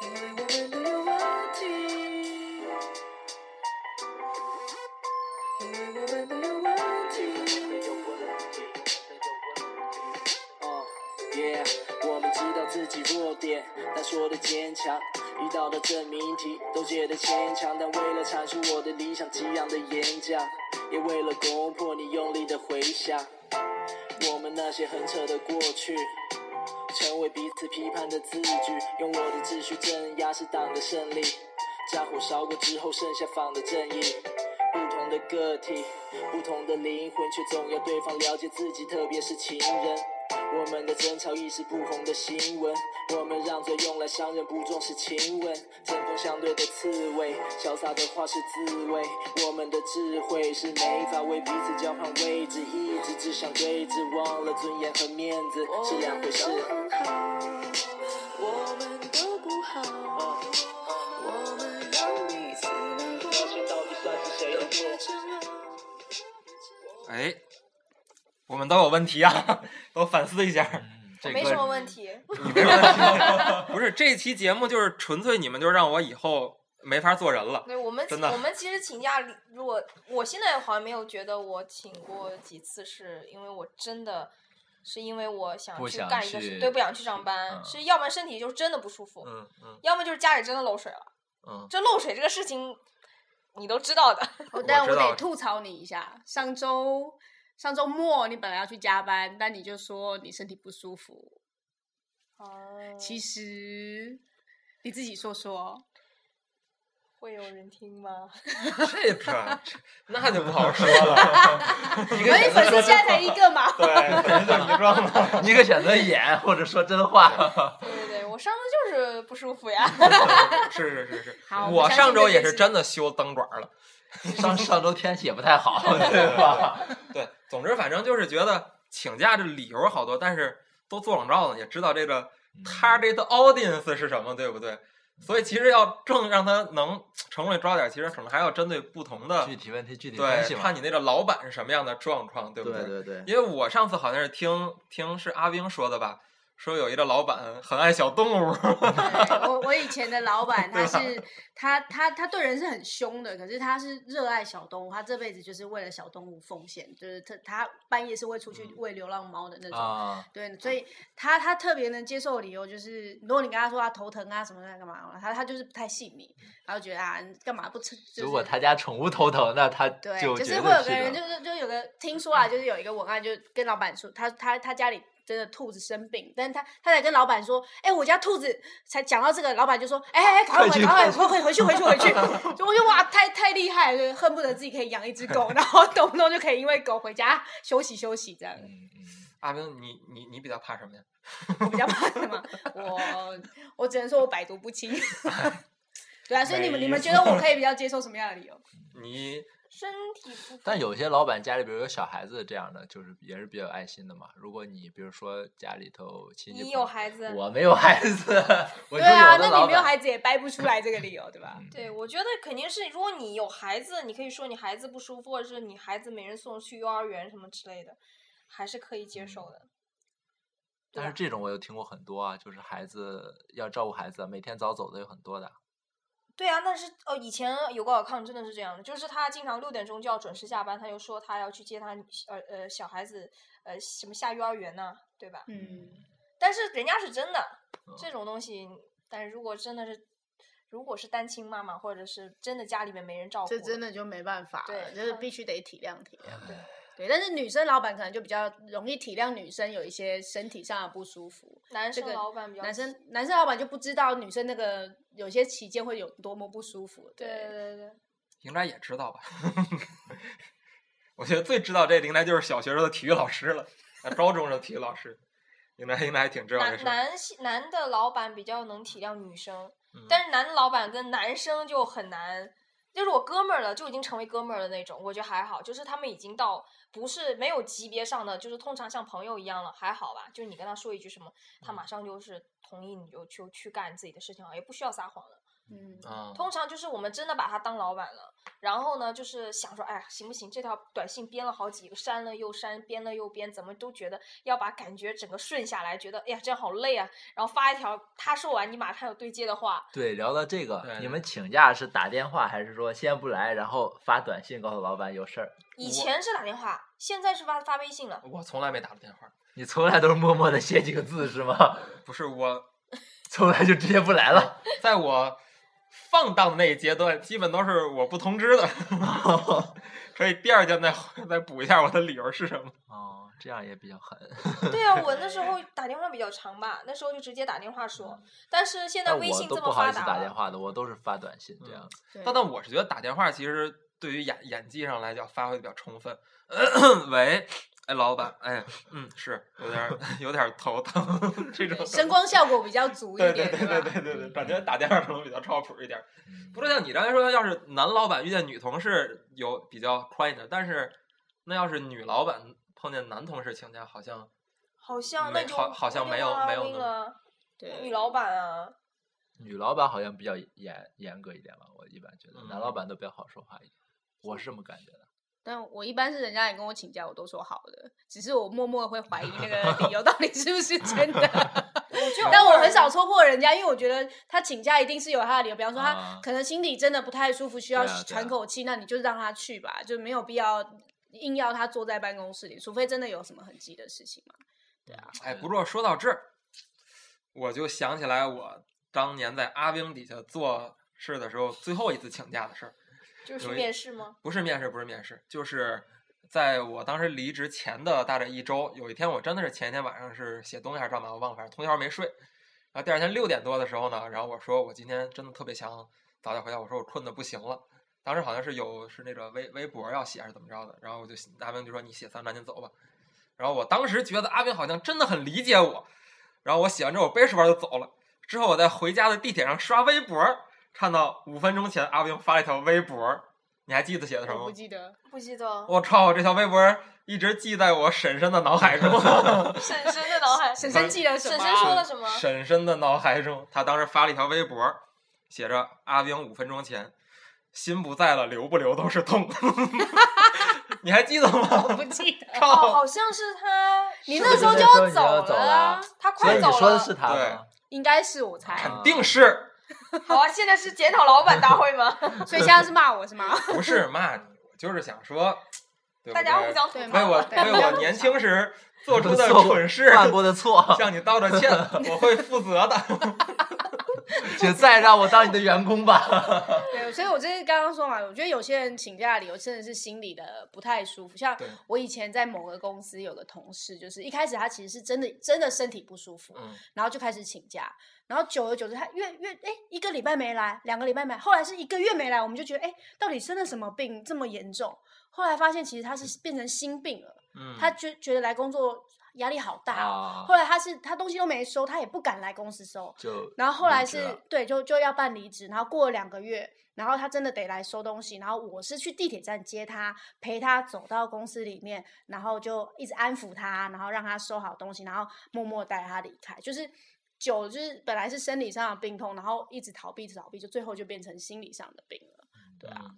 [SPEAKER 8] 因为我们都有问题，因为我们都有问题。哦 Yeah，我们知道自己弱点，但说的坚强。遇到的证明题都写的牵强，但为了阐述我的理想激昂的演讲，也为了攻破你用力的回想。我们那些很扯的过去，成为彼此批判的字据，用我的秩序镇压是党的胜利。家伙烧过之后，剩下仿的正义。不同的个体，不同的灵魂，却总要对方了解自己，特别是情人。我们的争吵亦是不红的新闻，我们让嘴用来伤人，不重视亲吻。针锋相对的刺猬，潇洒的话是滋味。我们的智慧是没法为彼此交换位置，一直只想对峙，忘了尊严和面子是两回事。我们都不好，我们让彼此难过。到底算是谁的错？
[SPEAKER 5] 哎， 我们都有问题啊，都反思一下。
[SPEAKER 4] 这
[SPEAKER 6] 没什么
[SPEAKER 4] 个
[SPEAKER 6] 问题。
[SPEAKER 5] 不是这期节目就是纯粹你们就让我以后没法做人了。
[SPEAKER 6] 对，我们
[SPEAKER 5] 真的
[SPEAKER 6] 我们其实请假，如果我现在好像没有觉得我请过几次，是因为我真的是因为我想
[SPEAKER 4] 不
[SPEAKER 6] 去
[SPEAKER 4] 想
[SPEAKER 6] 干一个
[SPEAKER 4] 去
[SPEAKER 6] 事，对，不想去上班，
[SPEAKER 4] 嗯
[SPEAKER 6] 是要不然身体就是真的不舒服，
[SPEAKER 5] 嗯嗯
[SPEAKER 6] 要么就是家里真的漏水了。
[SPEAKER 5] 嗯，
[SPEAKER 6] 这漏水这个事情，你都知道的。
[SPEAKER 7] 哦，但
[SPEAKER 5] 知
[SPEAKER 7] 我
[SPEAKER 5] 道
[SPEAKER 7] 得吐槽你一下，上周上周末你本来要去加班，但你就说你身体不舒服，
[SPEAKER 6] 哦
[SPEAKER 7] 其实你自己说说，
[SPEAKER 6] 会有人听吗？
[SPEAKER 5] 这这这那就不 好说了。一个
[SPEAKER 7] 而且
[SPEAKER 5] 选择
[SPEAKER 7] 粉丝
[SPEAKER 5] 说
[SPEAKER 7] 现在才一 个嘛，
[SPEAKER 5] 对， 肯定就是你装的。
[SPEAKER 4] 一个选择演或者说真话，
[SPEAKER 6] 对对对，我上次就是不舒服呀。
[SPEAKER 5] 是是是是
[SPEAKER 7] 好，我
[SPEAKER 5] 我
[SPEAKER 7] 相
[SPEAKER 5] 上
[SPEAKER 7] 信
[SPEAKER 5] 周
[SPEAKER 7] 这
[SPEAKER 5] 也
[SPEAKER 7] 件
[SPEAKER 5] 是
[SPEAKER 7] 事
[SPEAKER 5] 真的修灯管了。
[SPEAKER 4] 上上周天气也不太好，对吧？
[SPEAKER 5] 对，总之反正就是觉得请假这理由好多，但是都做冷照呢，也知道这个
[SPEAKER 4] 嗯
[SPEAKER 5] target audience 是什么，对不对？所以其实要正让他能成为抓点，其实可能还要针对不同的
[SPEAKER 4] 具，体问题具体分析
[SPEAKER 5] 对，看
[SPEAKER 4] 嘛。
[SPEAKER 5] 你那个老板是什么样的状况，对不
[SPEAKER 3] 对对对，
[SPEAKER 5] 因为我上次好像是听听是阿冰说的吧，说有一个老板很爱小动物，
[SPEAKER 7] 对我我以前的老
[SPEAKER 5] 啊
[SPEAKER 7] 板，他是他他他对人是很凶的，可是他是热爱小动物，他这辈子就是为了小动物奉献，就是他他半夜是会出去
[SPEAKER 5] 嗯
[SPEAKER 7] 喂流浪猫的那种。
[SPEAKER 4] 啊，
[SPEAKER 7] 对，所以他他特别能接受的理由就是，如果你跟他说他头疼啊什么的干嘛，他他就是不太信你，然后觉得啊你干嘛不吃？就是、
[SPEAKER 4] 如果他家宠物头疼，那他
[SPEAKER 7] 对，
[SPEAKER 4] 就
[SPEAKER 7] 就是
[SPEAKER 4] 绝
[SPEAKER 7] 会有
[SPEAKER 4] 对
[SPEAKER 7] 个人，
[SPEAKER 4] 是
[SPEAKER 7] 就
[SPEAKER 4] 的。
[SPEAKER 7] 是就 有个听说啊，就是有一个文案，就跟老板说，他他他家里真的兔子生病，但是他他才跟老板说，哎，我家兔子才讲到这个，老板就说，哎哎，哎赶快
[SPEAKER 4] 快
[SPEAKER 7] 回
[SPEAKER 4] 去
[SPEAKER 7] 赶快回回回去回去 回去，就我就哇，太太厉害了，就是恨不得自己可以养一只狗，然后动不动就可以因为狗回家休息休息这样。
[SPEAKER 4] 嗯嗯
[SPEAKER 5] 阿冰你你你比较怕什么呀？
[SPEAKER 7] 我比较怕什么？我我只能说我百毒不侵。 对啊，所以你们你们觉得我可以比较接受什么样的理由？
[SPEAKER 5] 你
[SPEAKER 6] 身体不
[SPEAKER 4] 但有些老板家里，比如有小孩子这样的，就是也是比较有爱心的嘛。如果你比如说家里头亲戚，
[SPEAKER 6] 你有孩子？
[SPEAKER 4] 我没有孩子，我就
[SPEAKER 7] 对
[SPEAKER 4] 有
[SPEAKER 7] 啊，
[SPEAKER 4] 的
[SPEAKER 7] 那
[SPEAKER 4] 老
[SPEAKER 7] 你没有
[SPEAKER 4] 板
[SPEAKER 7] 孩子也掰不出来这个理由，对吧？
[SPEAKER 6] 对，我觉得肯定是，如果你有孩子，你可以说你孩子不舒服，或者是你孩子没人送去幼儿园什么之类的，还是可以接
[SPEAKER 7] 嗯
[SPEAKER 6] 受的。
[SPEAKER 4] 但是这种我有听过很多啊，就是孩子要照顾孩子，每天早走的有很多的。
[SPEAKER 6] 对啊，但是哦，以前有个尔康真的是这样的，就是他经常六点钟就要准时下班，他又说他要去接他女呃呃小孩子呃什么下幼儿园呢、对吧？
[SPEAKER 7] 嗯，
[SPEAKER 6] 但是人家是真的
[SPEAKER 4] 嗯，
[SPEAKER 6] 这种东西，但如果真的是，如果是单亲妈妈，或者是真的家里面没人照顾，
[SPEAKER 7] 这真的就没办法了，
[SPEAKER 6] 对
[SPEAKER 7] 就是
[SPEAKER 6] 他
[SPEAKER 7] 必须得体谅体谅。对对，但是女生老板可能就比较容易体谅女生有一些身体上的不舒服，
[SPEAKER 6] 男
[SPEAKER 7] 这
[SPEAKER 6] 生
[SPEAKER 7] 个
[SPEAKER 6] 老板比较
[SPEAKER 7] 男生男生老板就不知道女生那个有些期间会有多么不舒服。
[SPEAKER 6] 对对对对。
[SPEAKER 5] 应该也知道吧？ 我觉得最知道这个应该就是小学时候的体育老师了，啊，高中时候的体育老师，应该应该还挺知道这
[SPEAKER 6] 男
[SPEAKER 5] 事儿。
[SPEAKER 6] 男性男的老板比较能体谅女生，
[SPEAKER 5] 嗯
[SPEAKER 6] 但是男老板跟男生就很难。就是我哥们儿了，就已经成为哥们儿的那种，我觉得还好。就是他们已经到不是没有级别上的，就是通常像朋友一样了，还好吧。就是你跟他说一句什么，
[SPEAKER 5] 嗯
[SPEAKER 6] 他马上就是同意，你就就去干自己的事情了，也不需要撒谎了。
[SPEAKER 7] 嗯，
[SPEAKER 5] 啊，
[SPEAKER 6] 通常就是我们真的把他当老板了，然后呢，就是想说，哎呀，行不行？这条短信编了好几个，删了又删，编了又编，怎么都觉得要把感觉整个顺下来，觉得哎呀，这样好累啊。然后发一条他说完，你马上有对接的话，
[SPEAKER 4] 对，聊到这个
[SPEAKER 5] 对，
[SPEAKER 4] 你
[SPEAKER 5] 对
[SPEAKER 4] 们请假是打电话还是说先不来，然后发短信告诉老板有事儿？
[SPEAKER 6] 以
[SPEAKER 5] 我
[SPEAKER 6] 前是打电话，现在是发发微 信了。
[SPEAKER 5] 我从来没打过电话，
[SPEAKER 4] 你从来都是默默的写几个字是吗？
[SPEAKER 5] 不是我，
[SPEAKER 4] 从来就直接不来了。
[SPEAKER 5] 在我放荡的那一阶段，基本都是我不通知的， 所以第二天再再补一下我的理由是什么。
[SPEAKER 4] 哦，这样也比较狠。
[SPEAKER 6] 对啊，我那时候打电话比较长吧，那时候就直接打电话说，但是现在
[SPEAKER 4] 但
[SPEAKER 6] 微
[SPEAKER 4] 我
[SPEAKER 6] 信
[SPEAKER 4] 都
[SPEAKER 6] 这
[SPEAKER 4] 不
[SPEAKER 6] 么
[SPEAKER 4] 好
[SPEAKER 6] 发
[SPEAKER 4] 意思打
[SPEAKER 6] 达
[SPEAKER 4] 电
[SPEAKER 6] 了，
[SPEAKER 4] 话的，我都是发短信这样。
[SPEAKER 7] 对
[SPEAKER 5] 但但我是觉得打电话其实对于演演技上来讲发挥比较充分。喂，哎，老板，哎，嗯，是有点儿 有点儿头疼， 这种
[SPEAKER 7] 嗯声光效果比较足一
[SPEAKER 5] 对
[SPEAKER 7] 点，
[SPEAKER 5] 对对对
[SPEAKER 7] 吧？嗯
[SPEAKER 5] 对对对，感觉打电话可能比较靠谱一点。
[SPEAKER 4] 嗯
[SPEAKER 5] 不是像你刚才说，要是男老板遇见女同事有比较宽一点，但是那要是女老板碰见男同事请假，好像
[SPEAKER 6] 好像那
[SPEAKER 5] 没
[SPEAKER 6] 就
[SPEAKER 5] 好好像
[SPEAKER 6] 那就
[SPEAKER 5] 没有
[SPEAKER 6] 拉
[SPEAKER 5] 没有
[SPEAKER 6] 黑
[SPEAKER 5] 那么
[SPEAKER 6] 了，
[SPEAKER 7] 对
[SPEAKER 6] 啊女老板啊。
[SPEAKER 4] 女老板好像比较严严格一点吧，我一般觉得男
[SPEAKER 5] 嗯
[SPEAKER 4] 老板都比较好说话一点，我是这么感觉的。
[SPEAKER 7] 但我一般是人家也跟我请假，我都说好的，只是我默默会怀疑那 个理由到底是不是真的。但我很少戳破人家，因为我觉得他请假一定是有他的理由，比方说他
[SPEAKER 4] 啊
[SPEAKER 7] 可能心里真的不太舒服，需要
[SPEAKER 4] 对啊对啊
[SPEAKER 7] 喘口气，那你就让他去吧，就没有必要硬要他坐在办公室里，除非真的有什么很急的事情嘛。
[SPEAKER 5] 哎，不过说到这儿，我就想起来我当年在阿兵底下做事的时候，最后一次请假的事儿，
[SPEAKER 6] 就是
[SPEAKER 5] 有一
[SPEAKER 6] 面试吗？
[SPEAKER 5] 不是面试，不是面试，就是在我当时离职前的大概一周，有一天我真的是前一天晚上是写东西还是干嘛，我忘了，反正通宵没睡。然后第二天六点多的时候呢，然后我说我今天真的特别想早点回家，我说我困的不行了。当时好像是有是那个微微博要写还是怎么着的，然后我就阿明就说你写算了，赶紧走吧。然后我当时觉得阿明好像真的很理解我，然后我写完之后我背着书包就走了。之后我在回家的地铁上刷微博，看到五分钟前阿明发了一条微博，你还记得写的什么
[SPEAKER 4] 哦
[SPEAKER 7] 我不
[SPEAKER 5] 吗？
[SPEAKER 7] 记得，
[SPEAKER 6] 不记得
[SPEAKER 5] 我操，这条微博一直记在我婶婶的脑海 中。
[SPEAKER 6] 婶婶的脑海，
[SPEAKER 7] 婶婶记得什么
[SPEAKER 6] 婶
[SPEAKER 7] 啊？
[SPEAKER 6] 婶说了什么？
[SPEAKER 5] 婶婶的脑海中，她当时发了一条微博，写着“阿兵五分钟前，心不在了，留不留都是痛。” 你还记得
[SPEAKER 7] 我
[SPEAKER 5] 吗？
[SPEAKER 7] 不记得。
[SPEAKER 6] 哦，
[SPEAKER 5] 靠！
[SPEAKER 6] 好像是他，
[SPEAKER 7] 你
[SPEAKER 4] 是
[SPEAKER 7] 那
[SPEAKER 4] 不
[SPEAKER 7] 时候
[SPEAKER 4] 是
[SPEAKER 7] 就
[SPEAKER 4] 说你
[SPEAKER 7] 走
[SPEAKER 4] 要走
[SPEAKER 7] 啊
[SPEAKER 4] 了？
[SPEAKER 6] 他
[SPEAKER 4] 所以
[SPEAKER 6] 快
[SPEAKER 4] 你
[SPEAKER 6] 走
[SPEAKER 4] 说的
[SPEAKER 6] 了。
[SPEAKER 4] 是他
[SPEAKER 5] 对
[SPEAKER 4] 吗？啊
[SPEAKER 7] 应该是我哦猜，
[SPEAKER 4] 嗯
[SPEAKER 5] 肯定是
[SPEAKER 6] 好啊，现在是检讨老板大会吗？
[SPEAKER 7] 所以现在是骂我 是吗？
[SPEAKER 5] 不是骂你？我就是想说， 对不
[SPEAKER 6] 大家互
[SPEAKER 5] 对？
[SPEAKER 6] 相吐
[SPEAKER 7] 对
[SPEAKER 5] 为
[SPEAKER 6] 槽。
[SPEAKER 5] 我
[SPEAKER 7] 对
[SPEAKER 5] 为
[SPEAKER 7] 大家
[SPEAKER 5] 我
[SPEAKER 7] 互
[SPEAKER 5] 年
[SPEAKER 7] 相
[SPEAKER 5] 轻时做出的
[SPEAKER 4] 做
[SPEAKER 5] 蠢事
[SPEAKER 4] 犯过的 错，
[SPEAKER 5] 向你道着歉，我会负责的。
[SPEAKER 4] 请再让我当你的员工吧。
[SPEAKER 7] 对，所以我就是刚刚说嘛，我觉得有些人请假的理由真的是心里的不太舒服。像
[SPEAKER 5] 对
[SPEAKER 7] 我以前在某个公司有个同事，就是一开始他其实是真的真的身体不舒服，
[SPEAKER 5] 嗯
[SPEAKER 7] 然后就开始请假，然后久而久之他越越哎一个礼拜没来，两个礼拜没来，后来是一个月没来，我们就觉得哎到底生了什么病这么严重？后来发现其实他是变成心病了，
[SPEAKER 5] 嗯
[SPEAKER 7] 他觉觉得来工作压力好大哦。
[SPEAKER 4] 啊，
[SPEAKER 7] 后来他是他东西都没收，他也不敢来公司收，
[SPEAKER 4] 就
[SPEAKER 7] 然后后来
[SPEAKER 4] 离职
[SPEAKER 7] 是
[SPEAKER 4] 了
[SPEAKER 7] 对，就就要办离职，然后过了两个月，然后他真的得来收东西，然后我是去地铁站接他，陪他走到公司里面，然后就一直安抚他，然后让他收好东西，然后默默带他离开，就是。久了就是本来是生理上的病痛，然后一直逃避，一直逃避，就最后就变成心理上的病了。
[SPEAKER 5] 对啊。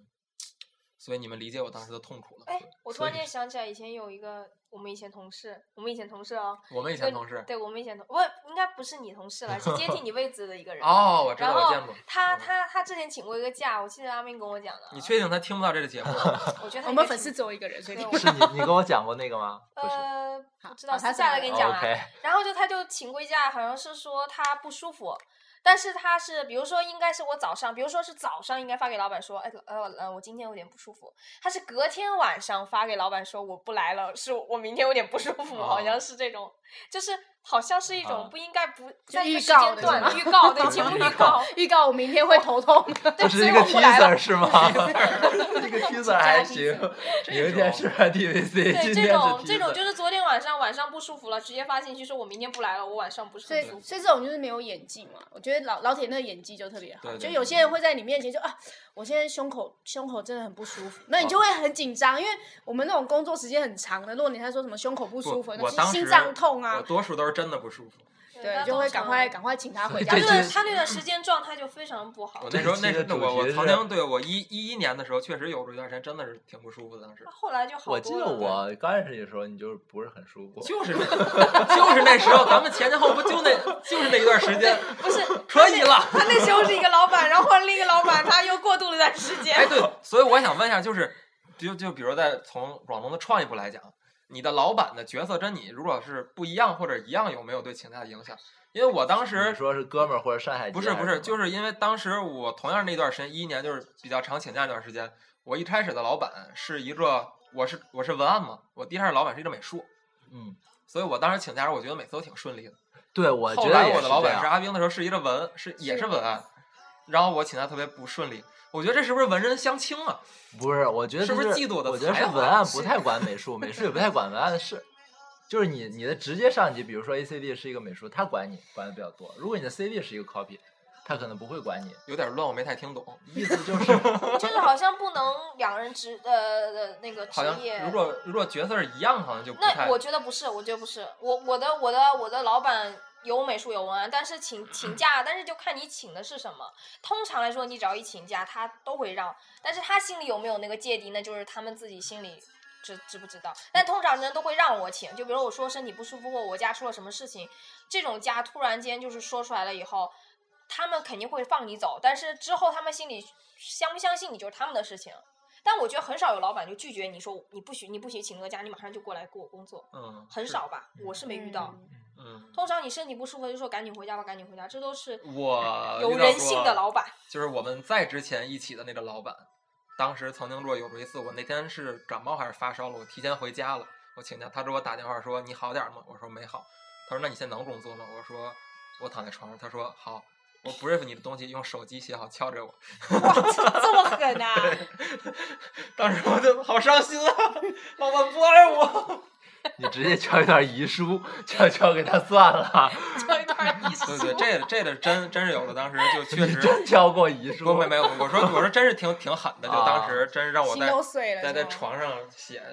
[SPEAKER 5] 所以你们理解我当时的痛苦了。
[SPEAKER 6] 哎，我突然
[SPEAKER 5] 所以
[SPEAKER 6] 间想起来，以前有一个我们以前同事，我们以前同事哦，
[SPEAKER 5] 我们以
[SPEAKER 6] 以
[SPEAKER 5] 前同事
[SPEAKER 6] 对我们以前同，不应该不是你同事 了，是接替你位置的一个人。
[SPEAKER 5] 哦，我知
[SPEAKER 6] 然
[SPEAKER 5] 道，我
[SPEAKER 6] 后
[SPEAKER 5] 见过。
[SPEAKER 6] 他
[SPEAKER 5] 嗯
[SPEAKER 6] 他他之前请过一个假，我记得阿明跟我讲的。
[SPEAKER 5] 你确定他听不到这个节目吗？
[SPEAKER 6] 我觉得他
[SPEAKER 7] 我
[SPEAKER 6] 应
[SPEAKER 7] 们
[SPEAKER 6] 该请
[SPEAKER 7] 粉丝只有一个人，所以
[SPEAKER 6] 对
[SPEAKER 7] 你
[SPEAKER 6] 我
[SPEAKER 4] 是你你跟我讲过那个吗？不是。
[SPEAKER 6] 呃，不知道
[SPEAKER 7] 好他
[SPEAKER 6] 私下
[SPEAKER 7] 是
[SPEAKER 6] 来
[SPEAKER 7] 哪
[SPEAKER 6] 跟你
[SPEAKER 7] 个
[SPEAKER 6] 讲啊。
[SPEAKER 4] OK，
[SPEAKER 6] 然后就他就请过假，好像是说他不舒服，但是他是比如说应该是我早上，比如说是早上应该发给老板说，哎呃呃，我今天有点不舒服。他是隔天晚上发给老板说我不来了，是我明天有点不舒服，
[SPEAKER 5] 哦
[SPEAKER 6] 好像是这种，就是好像是一
[SPEAKER 4] 啊
[SPEAKER 6] 种不应该不
[SPEAKER 7] 就
[SPEAKER 6] 在一个
[SPEAKER 7] 预
[SPEAKER 6] 时
[SPEAKER 7] 告
[SPEAKER 6] 间
[SPEAKER 7] 的
[SPEAKER 6] 段
[SPEAKER 7] 是
[SPEAKER 6] 预告对节目预告，
[SPEAKER 7] 预告我明天会头 痛。
[SPEAKER 4] 这是一个 teaser 是吗？这个 teaser 还行， 明天是 TVC，
[SPEAKER 6] 对这
[SPEAKER 4] 今天
[SPEAKER 6] 种
[SPEAKER 4] 是
[SPEAKER 6] 这种
[SPEAKER 4] teaser。
[SPEAKER 6] 就是昨天晚上晚上不舒服了，直接发信息说我明天不来了，我晚上不是
[SPEAKER 7] 所以
[SPEAKER 6] 很舒服。
[SPEAKER 7] 所以这种就是没有演技嘛。我觉得老老铁那个演技就特别好，
[SPEAKER 5] 对对
[SPEAKER 7] 就有些人会在你面前就啊，我现在胸口胸口真的很不舒服，
[SPEAKER 5] 哦
[SPEAKER 7] 那你就会很紧张，因为我们那种工作时间很长的，如果你还说什么胸口不舒服，
[SPEAKER 5] 不
[SPEAKER 7] 那
[SPEAKER 5] 我
[SPEAKER 7] 是
[SPEAKER 5] 当时
[SPEAKER 7] 心脏痛
[SPEAKER 5] 我
[SPEAKER 7] 啊，
[SPEAKER 5] 多数都是真的不舒服。
[SPEAKER 6] 啊
[SPEAKER 7] 对，
[SPEAKER 6] 那
[SPEAKER 7] 你就会赶快
[SPEAKER 6] 通常。
[SPEAKER 7] 赶快请 他回家
[SPEAKER 6] 他那
[SPEAKER 4] 这。就
[SPEAKER 6] 段
[SPEAKER 4] 是
[SPEAKER 6] 他那段时间状态就非常不好
[SPEAKER 5] 我。那时候
[SPEAKER 4] 这
[SPEAKER 5] 那
[SPEAKER 4] 期的
[SPEAKER 5] 时候我
[SPEAKER 4] 主
[SPEAKER 5] 我
[SPEAKER 4] 题
[SPEAKER 5] 曾
[SPEAKER 4] 是
[SPEAKER 5] 经对我一一一年的时候，确实有过一段时间真的是挺不舒服的。当时
[SPEAKER 6] 后来就好
[SPEAKER 4] 我记
[SPEAKER 6] 多
[SPEAKER 4] 得
[SPEAKER 6] 了。
[SPEAKER 4] 我刚认识你的时候，你就是不是很舒服。
[SPEAKER 5] 就是那就是那时候，咱们前前后后不就那就是那一段时间，
[SPEAKER 6] 不 是
[SPEAKER 5] 可以了。
[SPEAKER 6] 他那时候是一个老板，然后换了另一个老板，他又过渡了一段时 间。
[SPEAKER 5] 哎，对，所以我想问一下，就是就就比如在从广东的创业部来讲，你的老板的角色跟你如果是不一样或者一样，有没有对请假的影响？因为我当时
[SPEAKER 4] 你说是哥们儿或者上海
[SPEAKER 5] 不是不是，就是是因为当时我同样那段时间，一一年就是比较常请假那段时间，我一开始的老板是一个，我是我是文案嘛，我第一开始老板是一个美术，
[SPEAKER 4] 嗯，
[SPEAKER 5] 所以我当时请假时候，我觉得每次都挺顺利的。
[SPEAKER 4] 对，我觉
[SPEAKER 5] 后
[SPEAKER 4] 得
[SPEAKER 5] 来
[SPEAKER 4] 也
[SPEAKER 5] 我
[SPEAKER 4] 是
[SPEAKER 5] 的
[SPEAKER 4] 这
[SPEAKER 5] 老板是
[SPEAKER 4] 样
[SPEAKER 5] 阿兵的时候是一个文，是也是文案，然后我请假特别不顺利，我觉得这是不是文人相轻啊？
[SPEAKER 4] 不是？我觉得
[SPEAKER 5] 是不是
[SPEAKER 4] 就
[SPEAKER 5] 嫉妒我的
[SPEAKER 4] 我觉得是
[SPEAKER 5] 才华
[SPEAKER 4] 文 案
[SPEAKER 5] 是
[SPEAKER 4] 不太管美术，美术也不太管文案的事。就是你你的直接上级，比如说 A C D 是一个美术，他管你管的比较多。如果你的 C D 是一个 copy，他可能不会管你。
[SPEAKER 5] 有点乱，我没太听懂。
[SPEAKER 4] 意思就是，
[SPEAKER 6] 就是好像不能两人职呃的那个职
[SPEAKER 5] 好像
[SPEAKER 6] 业。
[SPEAKER 5] 如果如果角色是一样，好像就不太
[SPEAKER 6] 那我觉得不是，我觉得不是。我我的我的我的老板有美术有文案，但是请请假，但是就看你请的是什么。通常来说，你只要一请假，他都会让。但是他心里有没有那个芥蒂，那就是他们自己心里知知不知道。但通常人都会让我请，就比如我说身体不舒服或我家出了什么事情，这种家突然间就是说出来了以后，他们肯定会放你走，但是之后他们心里相不相信你就是他们的事情。但我觉得很少有老板就拒绝你说你不许你不许请个假，你马上就过来给我工作，
[SPEAKER 5] 嗯
[SPEAKER 6] 很少吧？我是没遇到。
[SPEAKER 5] 是嗯。
[SPEAKER 6] 通常你身体不舒服就说赶紧回家吧，赶紧回家，这都是
[SPEAKER 5] 我
[SPEAKER 6] 有
[SPEAKER 5] 遇到
[SPEAKER 6] 人性
[SPEAKER 5] 过
[SPEAKER 6] 的老板。
[SPEAKER 5] 就是我们在之前一起的那个老板，当时曾经若有过一次，我那天是感冒还是发烧了，我提前回家了，我请假，他给我打电话说你好点儿吗？我说没好，他说那你现在能工作吗？我说我躺在床上，他说好，我 brief 你的东西，用手机写好，敲着我。
[SPEAKER 7] 这么狠啊！
[SPEAKER 5] 当时我就好伤心啊， 老板不爱我。
[SPEAKER 4] 你直接交一段遗书，交交给他算了。
[SPEAKER 6] 交一段遗书。
[SPEAKER 5] 对对，这这个真真是有的，当时就确
[SPEAKER 4] 你
[SPEAKER 5] 实。
[SPEAKER 4] 真交过遗书？
[SPEAKER 5] 不，没没有，我说我说真是挺挺狠的，就当时真是让 我
[SPEAKER 7] 啊心
[SPEAKER 5] 在
[SPEAKER 7] 都碎了，
[SPEAKER 5] 在
[SPEAKER 7] 是
[SPEAKER 5] 在
[SPEAKER 7] 吗
[SPEAKER 5] 床上写，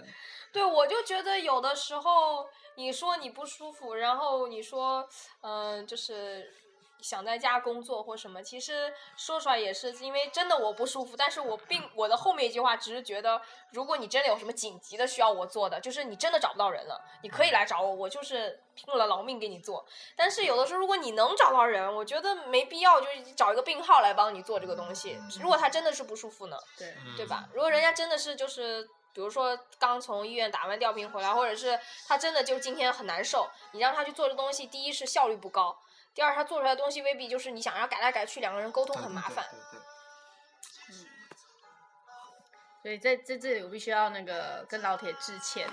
[SPEAKER 6] 对，我就觉得有的时候你说你不舒服，然后你说，嗯、就是想在家工作或什么，其实说出来也是因为真的我不舒服，但是我并我的后面一句话只是觉得，如果你真的有什么紧急的需要我做的，就是你真的找不到人了，你可以来找我，我就是拼了老命给你做。但是有的时候，如果你能找到人，我觉得没必要就是找一个病号来帮你做这个东西。如果他真的是不舒服呢？
[SPEAKER 7] 对，
[SPEAKER 5] 嗯
[SPEAKER 6] 对吧？？如果人家真的是就是，比如说刚从医院打完吊瓶回来，或者是他真的就今天很难受，你让他去做这东西，第一是效率不高，第二他做出来的东西未必就是你想要改来改去，两个人沟通
[SPEAKER 5] 对
[SPEAKER 6] 很麻
[SPEAKER 5] 对
[SPEAKER 6] 烦。
[SPEAKER 5] 对对对
[SPEAKER 7] 所以在在这里我必须要那个跟老铁致歉，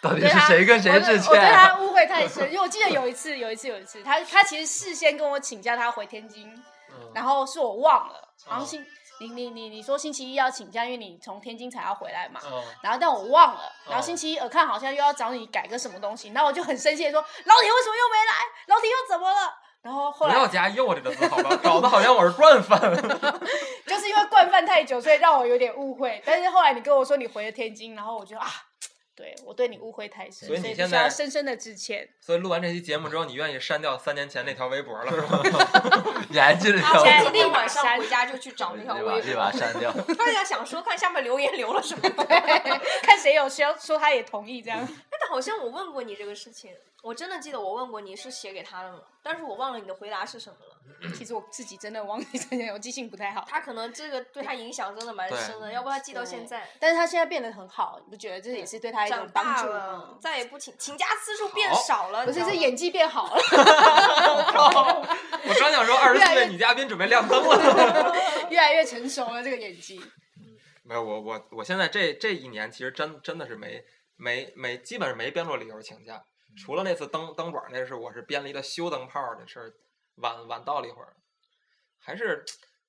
[SPEAKER 4] 到底
[SPEAKER 7] 对
[SPEAKER 4] 是
[SPEAKER 7] 他
[SPEAKER 4] 谁跟谁
[SPEAKER 7] 我对
[SPEAKER 4] 致
[SPEAKER 7] 我对
[SPEAKER 4] 歉？啊
[SPEAKER 7] 他误会太深，因为我记得有一次，有一次，有一次，他他其实事先跟我请假，他要回天津，
[SPEAKER 5] 嗯
[SPEAKER 7] 然后是我忘了，然后
[SPEAKER 5] 嗯
[SPEAKER 7] 星你你你你说星期一要请假，因为你从天津才要回来嘛。
[SPEAKER 5] 嗯，
[SPEAKER 7] 然后但我忘了，然后
[SPEAKER 5] 嗯
[SPEAKER 7] 星期一尔康好像又要找你改个什么东西，然后我就很生气地说：“老铁为什么又没来？老铁又怎么了？”然后
[SPEAKER 5] 不
[SPEAKER 7] 后来
[SPEAKER 5] 要加“又”这个字，好吧？搞得好像我是惯犯。
[SPEAKER 7] 就是因为惯犯太久，所以让我有点误会。但是后来你跟我说你回了天津，然后我就啊，对我对你误会太深，
[SPEAKER 5] 所
[SPEAKER 7] 所
[SPEAKER 5] 以你
[SPEAKER 7] 必
[SPEAKER 5] 现
[SPEAKER 7] 须要
[SPEAKER 5] 在
[SPEAKER 7] 深深的致歉。
[SPEAKER 5] 所以录完这期节目之后，你愿意删掉三年前那条微博了，是 吧？
[SPEAKER 4] 你还记得
[SPEAKER 6] 他
[SPEAKER 4] 条
[SPEAKER 7] 现
[SPEAKER 6] 我
[SPEAKER 7] 在
[SPEAKER 6] 今
[SPEAKER 4] 微
[SPEAKER 6] 天晚上回家就去找那条
[SPEAKER 4] 博？
[SPEAKER 6] 微
[SPEAKER 4] 立马立
[SPEAKER 6] 博，
[SPEAKER 4] 马删掉。
[SPEAKER 6] 他在想说看下面留言留了什么。
[SPEAKER 7] 看谁有谁要说他也同意 这样。
[SPEAKER 6] 但好像我问过你这个事情，我真的记得我问过你是写给他的吗？但是我忘了你的回答是什么了。
[SPEAKER 7] 其实我自己真的忘记这件，我记性不太好。
[SPEAKER 6] 他可能这个对他影响真的蛮
[SPEAKER 5] 对
[SPEAKER 6] 深的，要不他记到现
[SPEAKER 7] 对
[SPEAKER 6] 在。
[SPEAKER 7] 但是他现在变得很好，你不觉得这也是对他一
[SPEAKER 6] 长
[SPEAKER 7] 种
[SPEAKER 6] 大
[SPEAKER 7] 帮助
[SPEAKER 6] 了
[SPEAKER 7] 吗？，
[SPEAKER 6] 再也不请请假次数变
[SPEAKER 5] 好
[SPEAKER 6] 少了，
[SPEAKER 7] 不
[SPEAKER 6] 你知
[SPEAKER 7] 是，是
[SPEAKER 6] 道吗
[SPEAKER 7] 演技变好 了，
[SPEAKER 5] 我刚想说二十四位女嘉宾准备亮灯了。
[SPEAKER 7] 越来越成熟了。这个演技，
[SPEAKER 5] 没有，我我我现在这这一年其实真真的是没没没，基本上没编过理由请假，除了那次灯灯管那事，我是编了一个修灯泡儿的事儿，晚晚到了一会儿，还是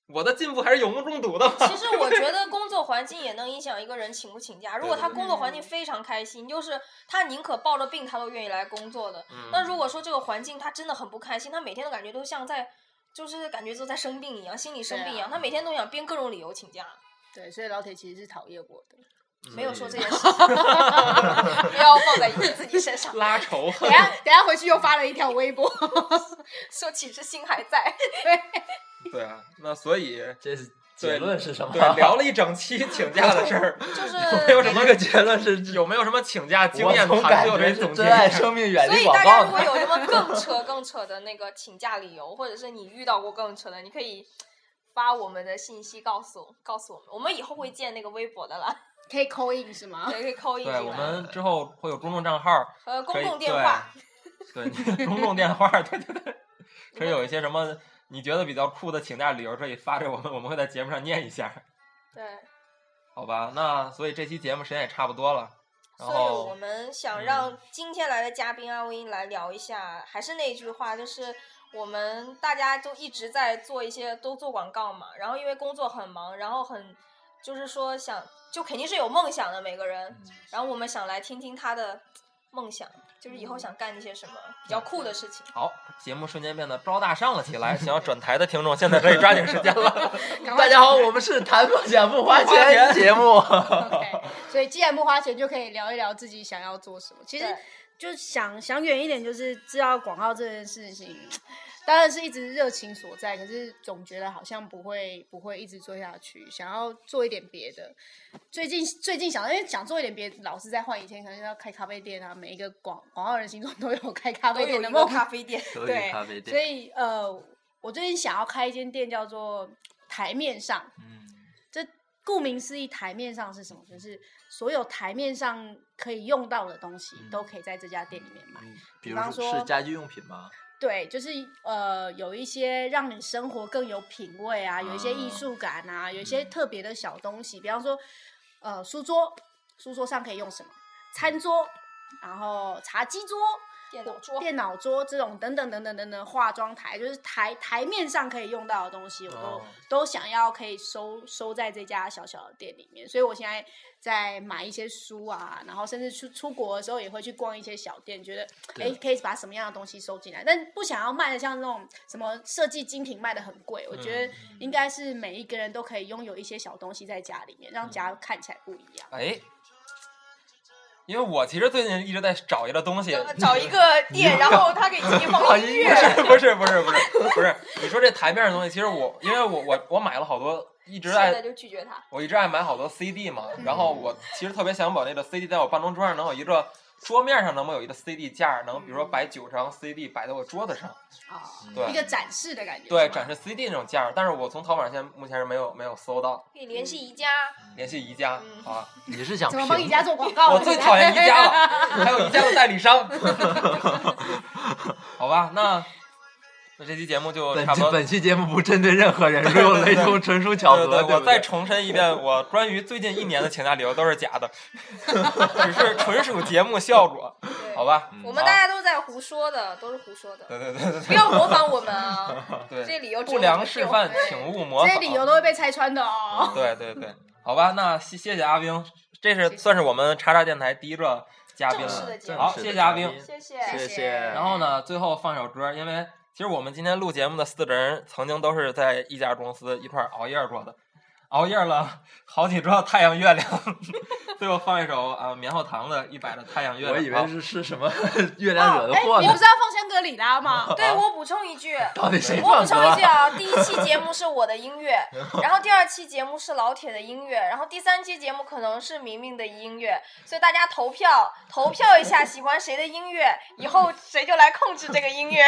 [SPEAKER 5] 我的进步还是有目共睹的 嘛。
[SPEAKER 6] 其实我觉得工作环境也能影响一个人请不请假。如果他工作环境非常开心，就是他宁可抱着病他都愿意来工作的。
[SPEAKER 5] 嗯
[SPEAKER 6] 那如果说这个环境他真的很不开心，他每天都感觉都像在，就是感觉都在生病一样，心理生病一样。他每天都想编各种理由请假，
[SPEAKER 7] 对，所以老铁其实是讨厌我的。
[SPEAKER 5] 嗯
[SPEAKER 6] 没有说这件事情， 不要放在你自己身上。
[SPEAKER 5] 拉仇
[SPEAKER 7] 等
[SPEAKER 5] 恨
[SPEAKER 7] 一，下等一下回去又发了一条微博，
[SPEAKER 6] 说其实心还在，
[SPEAKER 5] 对啊，那所 以
[SPEAKER 4] 这是
[SPEAKER 5] 对
[SPEAKER 4] 结论是什么？
[SPEAKER 5] 对聊了一整期请假的事 儿，
[SPEAKER 6] 就是
[SPEAKER 5] 没有什么
[SPEAKER 4] 这个结论是
[SPEAKER 5] 有没有什么请假经
[SPEAKER 4] 我
[SPEAKER 5] 验
[SPEAKER 4] 总
[SPEAKER 5] 谈
[SPEAKER 4] 感
[SPEAKER 5] 做
[SPEAKER 4] 觉
[SPEAKER 5] 这
[SPEAKER 4] 是
[SPEAKER 5] 总结
[SPEAKER 4] 珍？爱 生命远
[SPEAKER 6] 所
[SPEAKER 4] 离
[SPEAKER 6] 以
[SPEAKER 4] 广
[SPEAKER 6] 大家
[SPEAKER 4] 告
[SPEAKER 6] 如
[SPEAKER 4] 呢
[SPEAKER 6] 果有什么 更扯更扯的那个请假理由，或者是你遇到过更扯的，你可以发我们的信息告诉我告诉我们，我们以后会建那个微博 的啦，
[SPEAKER 7] 可以扣印是吗？
[SPEAKER 6] 对，可以扣一进
[SPEAKER 5] 对，
[SPEAKER 6] 来。
[SPEAKER 5] 我们之后会有公众账号，
[SPEAKER 6] 呃公
[SPEAKER 5] 可以
[SPEAKER 6] 共电话，，
[SPEAKER 5] 对，对公众电话，对对对，可以有一些什么你觉得比较酷的请假理由，可以发给我们，我们会在节目上念一下，
[SPEAKER 6] 对，
[SPEAKER 5] 好吧？那所以这期节目时间也差不多了，然
[SPEAKER 6] 所以我
[SPEAKER 5] 后
[SPEAKER 6] 们想
[SPEAKER 5] 嗯
[SPEAKER 6] 让今天来的嘉宾阿威来聊一下，还是那句话，就是我们大家都一直在做一些都做广告嘛，然后因为工作很忙，然后很就是说想就肯定是有梦想的每个人，然后我们想来听听他的梦想，就是以后想干一些什么比较酷的事情。
[SPEAKER 5] 好，节目瞬间变得高大上了起来。想要转台的听众，现在可以抓紧时间了。
[SPEAKER 7] 赶快
[SPEAKER 4] 大家好，我们是谈梦想不花
[SPEAKER 5] 不花
[SPEAKER 4] 钱
[SPEAKER 5] 钱
[SPEAKER 4] 节目。
[SPEAKER 7] OK，所以既然不花钱，就可以聊一聊自己想要做什么。 其实
[SPEAKER 6] 对
[SPEAKER 7] 就想想远一点，就是知道广告这件事情，当然是一直热情所在，可是总觉得好像不会不会一直做下去，想要做一点别的。最近最近想，因为想做一点别的，老是在换，以前可能要开咖啡店啊，每一个广广告人心中都有开咖
[SPEAKER 6] 都
[SPEAKER 7] 啡
[SPEAKER 6] 有
[SPEAKER 7] 店
[SPEAKER 6] 一
[SPEAKER 7] 的
[SPEAKER 6] 个
[SPEAKER 7] 梦，
[SPEAKER 6] 咖啡店，
[SPEAKER 4] 由于
[SPEAKER 7] 对
[SPEAKER 4] 咖啡
[SPEAKER 7] 所
[SPEAKER 4] 店，
[SPEAKER 7] 以呃，我最近想要开一间店，叫做台面上。
[SPEAKER 4] 嗯，
[SPEAKER 7] 这顾名思义，台面上是什么？就是所有台面上可以用到的东西，
[SPEAKER 4] 嗯
[SPEAKER 7] 都可以在这家店里面买。
[SPEAKER 4] 比
[SPEAKER 7] 比方
[SPEAKER 4] 如
[SPEAKER 7] 说
[SPEAKER 4] 说是家居用品吗？
[SPEAKER 7] 对，就是呃，有一些让你生活更有品味啊，有一些艺
[SPEAKER 4] 啊
[SPEAKER 7] 术感啊，有一些
[SPEAKER 4] 嗯
[SPEAKER 7] 特别的小东西，比方说呃，书桌，书桌上可以用什么？餐桌，然后茶几桌，
[SPEAKER 6] 电脑桌，
[SPEAKER 7] 电脑桌这种等等等等等等，化妆台就是台台面上可以用到的东西，我都、
[SPEAKER 5] 哦
[SPEAKER 7] 都想要可以收收在这家小小的店里面。所以我现在在买一些书啊，然后甚至出出国的时候也会去逛一些小店，觉得哎、
[SPEAKER 4] 对
[SPEAKER 7] 诶可以把什么样的东西收进来，但不想要卖的像那种什么设计精品卖的很贵，我觉得应该是每一个人都可以拥有一些小东西在家里面，让家看起来不一样。
[SPEAKER 5] 哎，因为我其实最近一直在找一个东西，
[SPEAKER 6] 找一个店，然后他给自 己放音乐，
[SPEAKER 5] 不是不是不是不是，你说这台面上的东西，其实我因为我我我买了好多，一直
[SPEAKER 6] 现
[SPEAKER 5] 爱
[SPEAKER 6] 在就拒绝他。
[SPEAKER 5] 我一直爱买好多 CD 嘛，然后我其实特别想把那个 CD 在我办公桌上能有一个桌面上能不能有一个 CD 架，能比如说摆九张 CD 摆在我桌子上，
[SPEAKER 7] 啊、
[SPEAKER 5] 对
[SPEAKER 7] 一个展示的感觉。
[SPEAKER 5] 对，展示 CD 那种架，但是我从淘宝上现在目前是没有没有搜到，
[SPEAKER 6] 可以联系宜家，
[SPEAKER 5] 联系宜家好吧，
[SPEAKER 4] 你是想
[SPEAKER 7] 怎么帮
[SPEAKER 4] 评
[SPEAKER 7] 宜家做广告啊？
[SPEAKER 5] 我最讨厌宜家了，还有宜家的代理 商，好吧，那那这期节目就
[SPEAKER 4] 本
[SPEAKER 5] 差不多。
[SPEAKER 4] 本期节目不针对任何人， 如有雷同，纯属巧
[SPEAKER 5] 对
[SPEAKER 4] 合。
[SPEAKER 5] 对，
[SPEAKER 4] 对
[SPEAKER 5] 我
[SPEAKER 4] 不
[SPEAKER 5] 再
[SPEAKER 4] 对？
[SPEAKER 5] 重申一遍，我关于最近一年的请假理由都是假的，只是纯属节目效果，
[SPEAKER 6] 对
[SPEAKER 5] 好吧？
[SPEAKER 6] 我们大家都在胡说的，都是胡说的，
[SPEAKER 5] 对对对
[SPEAKER 6] 不要模仿我们啊！
[SPEAKER 5] 对
[SPEAKER 6] 这
[SPEAKER 5] 对，
[SPEAKER 6] 理由只有
[SPEAKER 5] 不
[SPEAKER 6] 我
[SPEAKER 5] 良
[SPEAKER 6] 们
[SPEAKER 5] 示
[SPEAKER 6] 有
[SPEAKER 5] 范请勿模
[SPEAKER 7] 这
[SPEAKER 5] 仿
[SPEAKER 7] 些。理由都会被拆穿的哦。
[SPEAKER 5] 对对对，好吧，那谢谢谢阿冰，这是算是我们叉叉电台第一个嘉宾
[SPEAKER 6] 正式
[SPEAKER 5] 了
[SPEAKER 6] 的节。目
[SPEAKER 5] 好，谢谢阿冰。
[SPEAKER 6] 谢谢。
[SPEAKER 4] 谢
[SPEAKER 7] 谢
[SPEAKER 4] 谢。
[SPEAKER 5] 然后呢，最后放首歌，因为其实我们今天录节目的四个人曾经都是在一家公司一块儿熬夜过的，熬夜了好几桌太阳月亮。 最后放一首啊、呃棉花糖的《一百的太阳月亮》。
[SPEAKER 4] 我以
[SPEAKER 5] 好
[SPEAKER 4] 为是是什么 月亮
[SPEAKER 6] 哦
[SPEAKER 4] 惹的祸
[SPEAKER 7] 哎
[SPEAKER 6] 哎
[SPEAKER 7] 你不
[SPEAKER 4] 呢
[SPEAKER 7] 是？要放香格里拉吗？
[SPEAKER 6] 对我补充一句，
[SPEAKER 4] 到底谁
[SPEAKER 6] 我
[SPEAKER 4] 放
[SPEAKER 6] 补
[SPEAKER 4] 歌
[SPEAKER 6] 充一句
[SPEAKER 4] 啊？
[SPEAKER 6] 啊，第一期节目是我的音乐，然后第二期节目是老铁的音乐，然后第三期节目可能是明明的音乐，所以大家投票投票一下喜欢谁的音乐，以后谁就来控制这个音乐。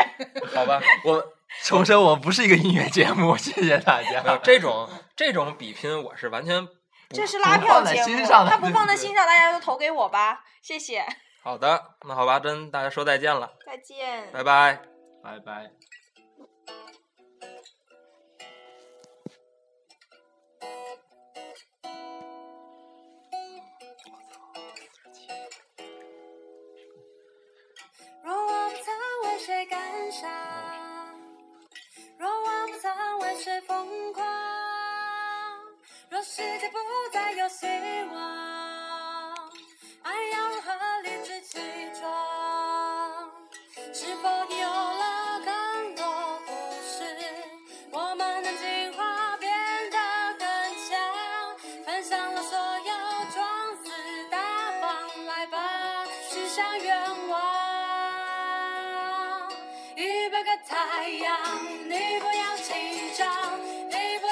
[SPEAKER 5] 好吧，
[SPEAKER 4] 我重申，我们不是一个音乐节目，谢谢大
[SPEAKER 5] 没有
[SPEAKER 4] 家。
[SPEAKER 5] 这种这种比拼，我是完全
[SPEAKER 6] 这是拉票节
[SPEAKER 4] 不放在
[SPEAKER 6] 目
[SPEAKER 4] 心，上的
[SPEAKER 6] 他不放在心上，大家都投给我吧，谢谢，
[SPEAKER 5] 好的。那好吧，跟大家说再见了，
[SPEAKER 6] 再见。
[SPEAKER 5] 拜拜。
[SPEAKER 4] 拜拜。
[SPEAKER 11] 若我不曾为谁感伤，若我不曾为谁疯狂，若世界不再有希望，爱要如何理直气壮？是否已有了更多故事，我们能进化变得更强，分享了所有，装死大方，来吧，许下愿望。一百个太阳，你不要紧张，你不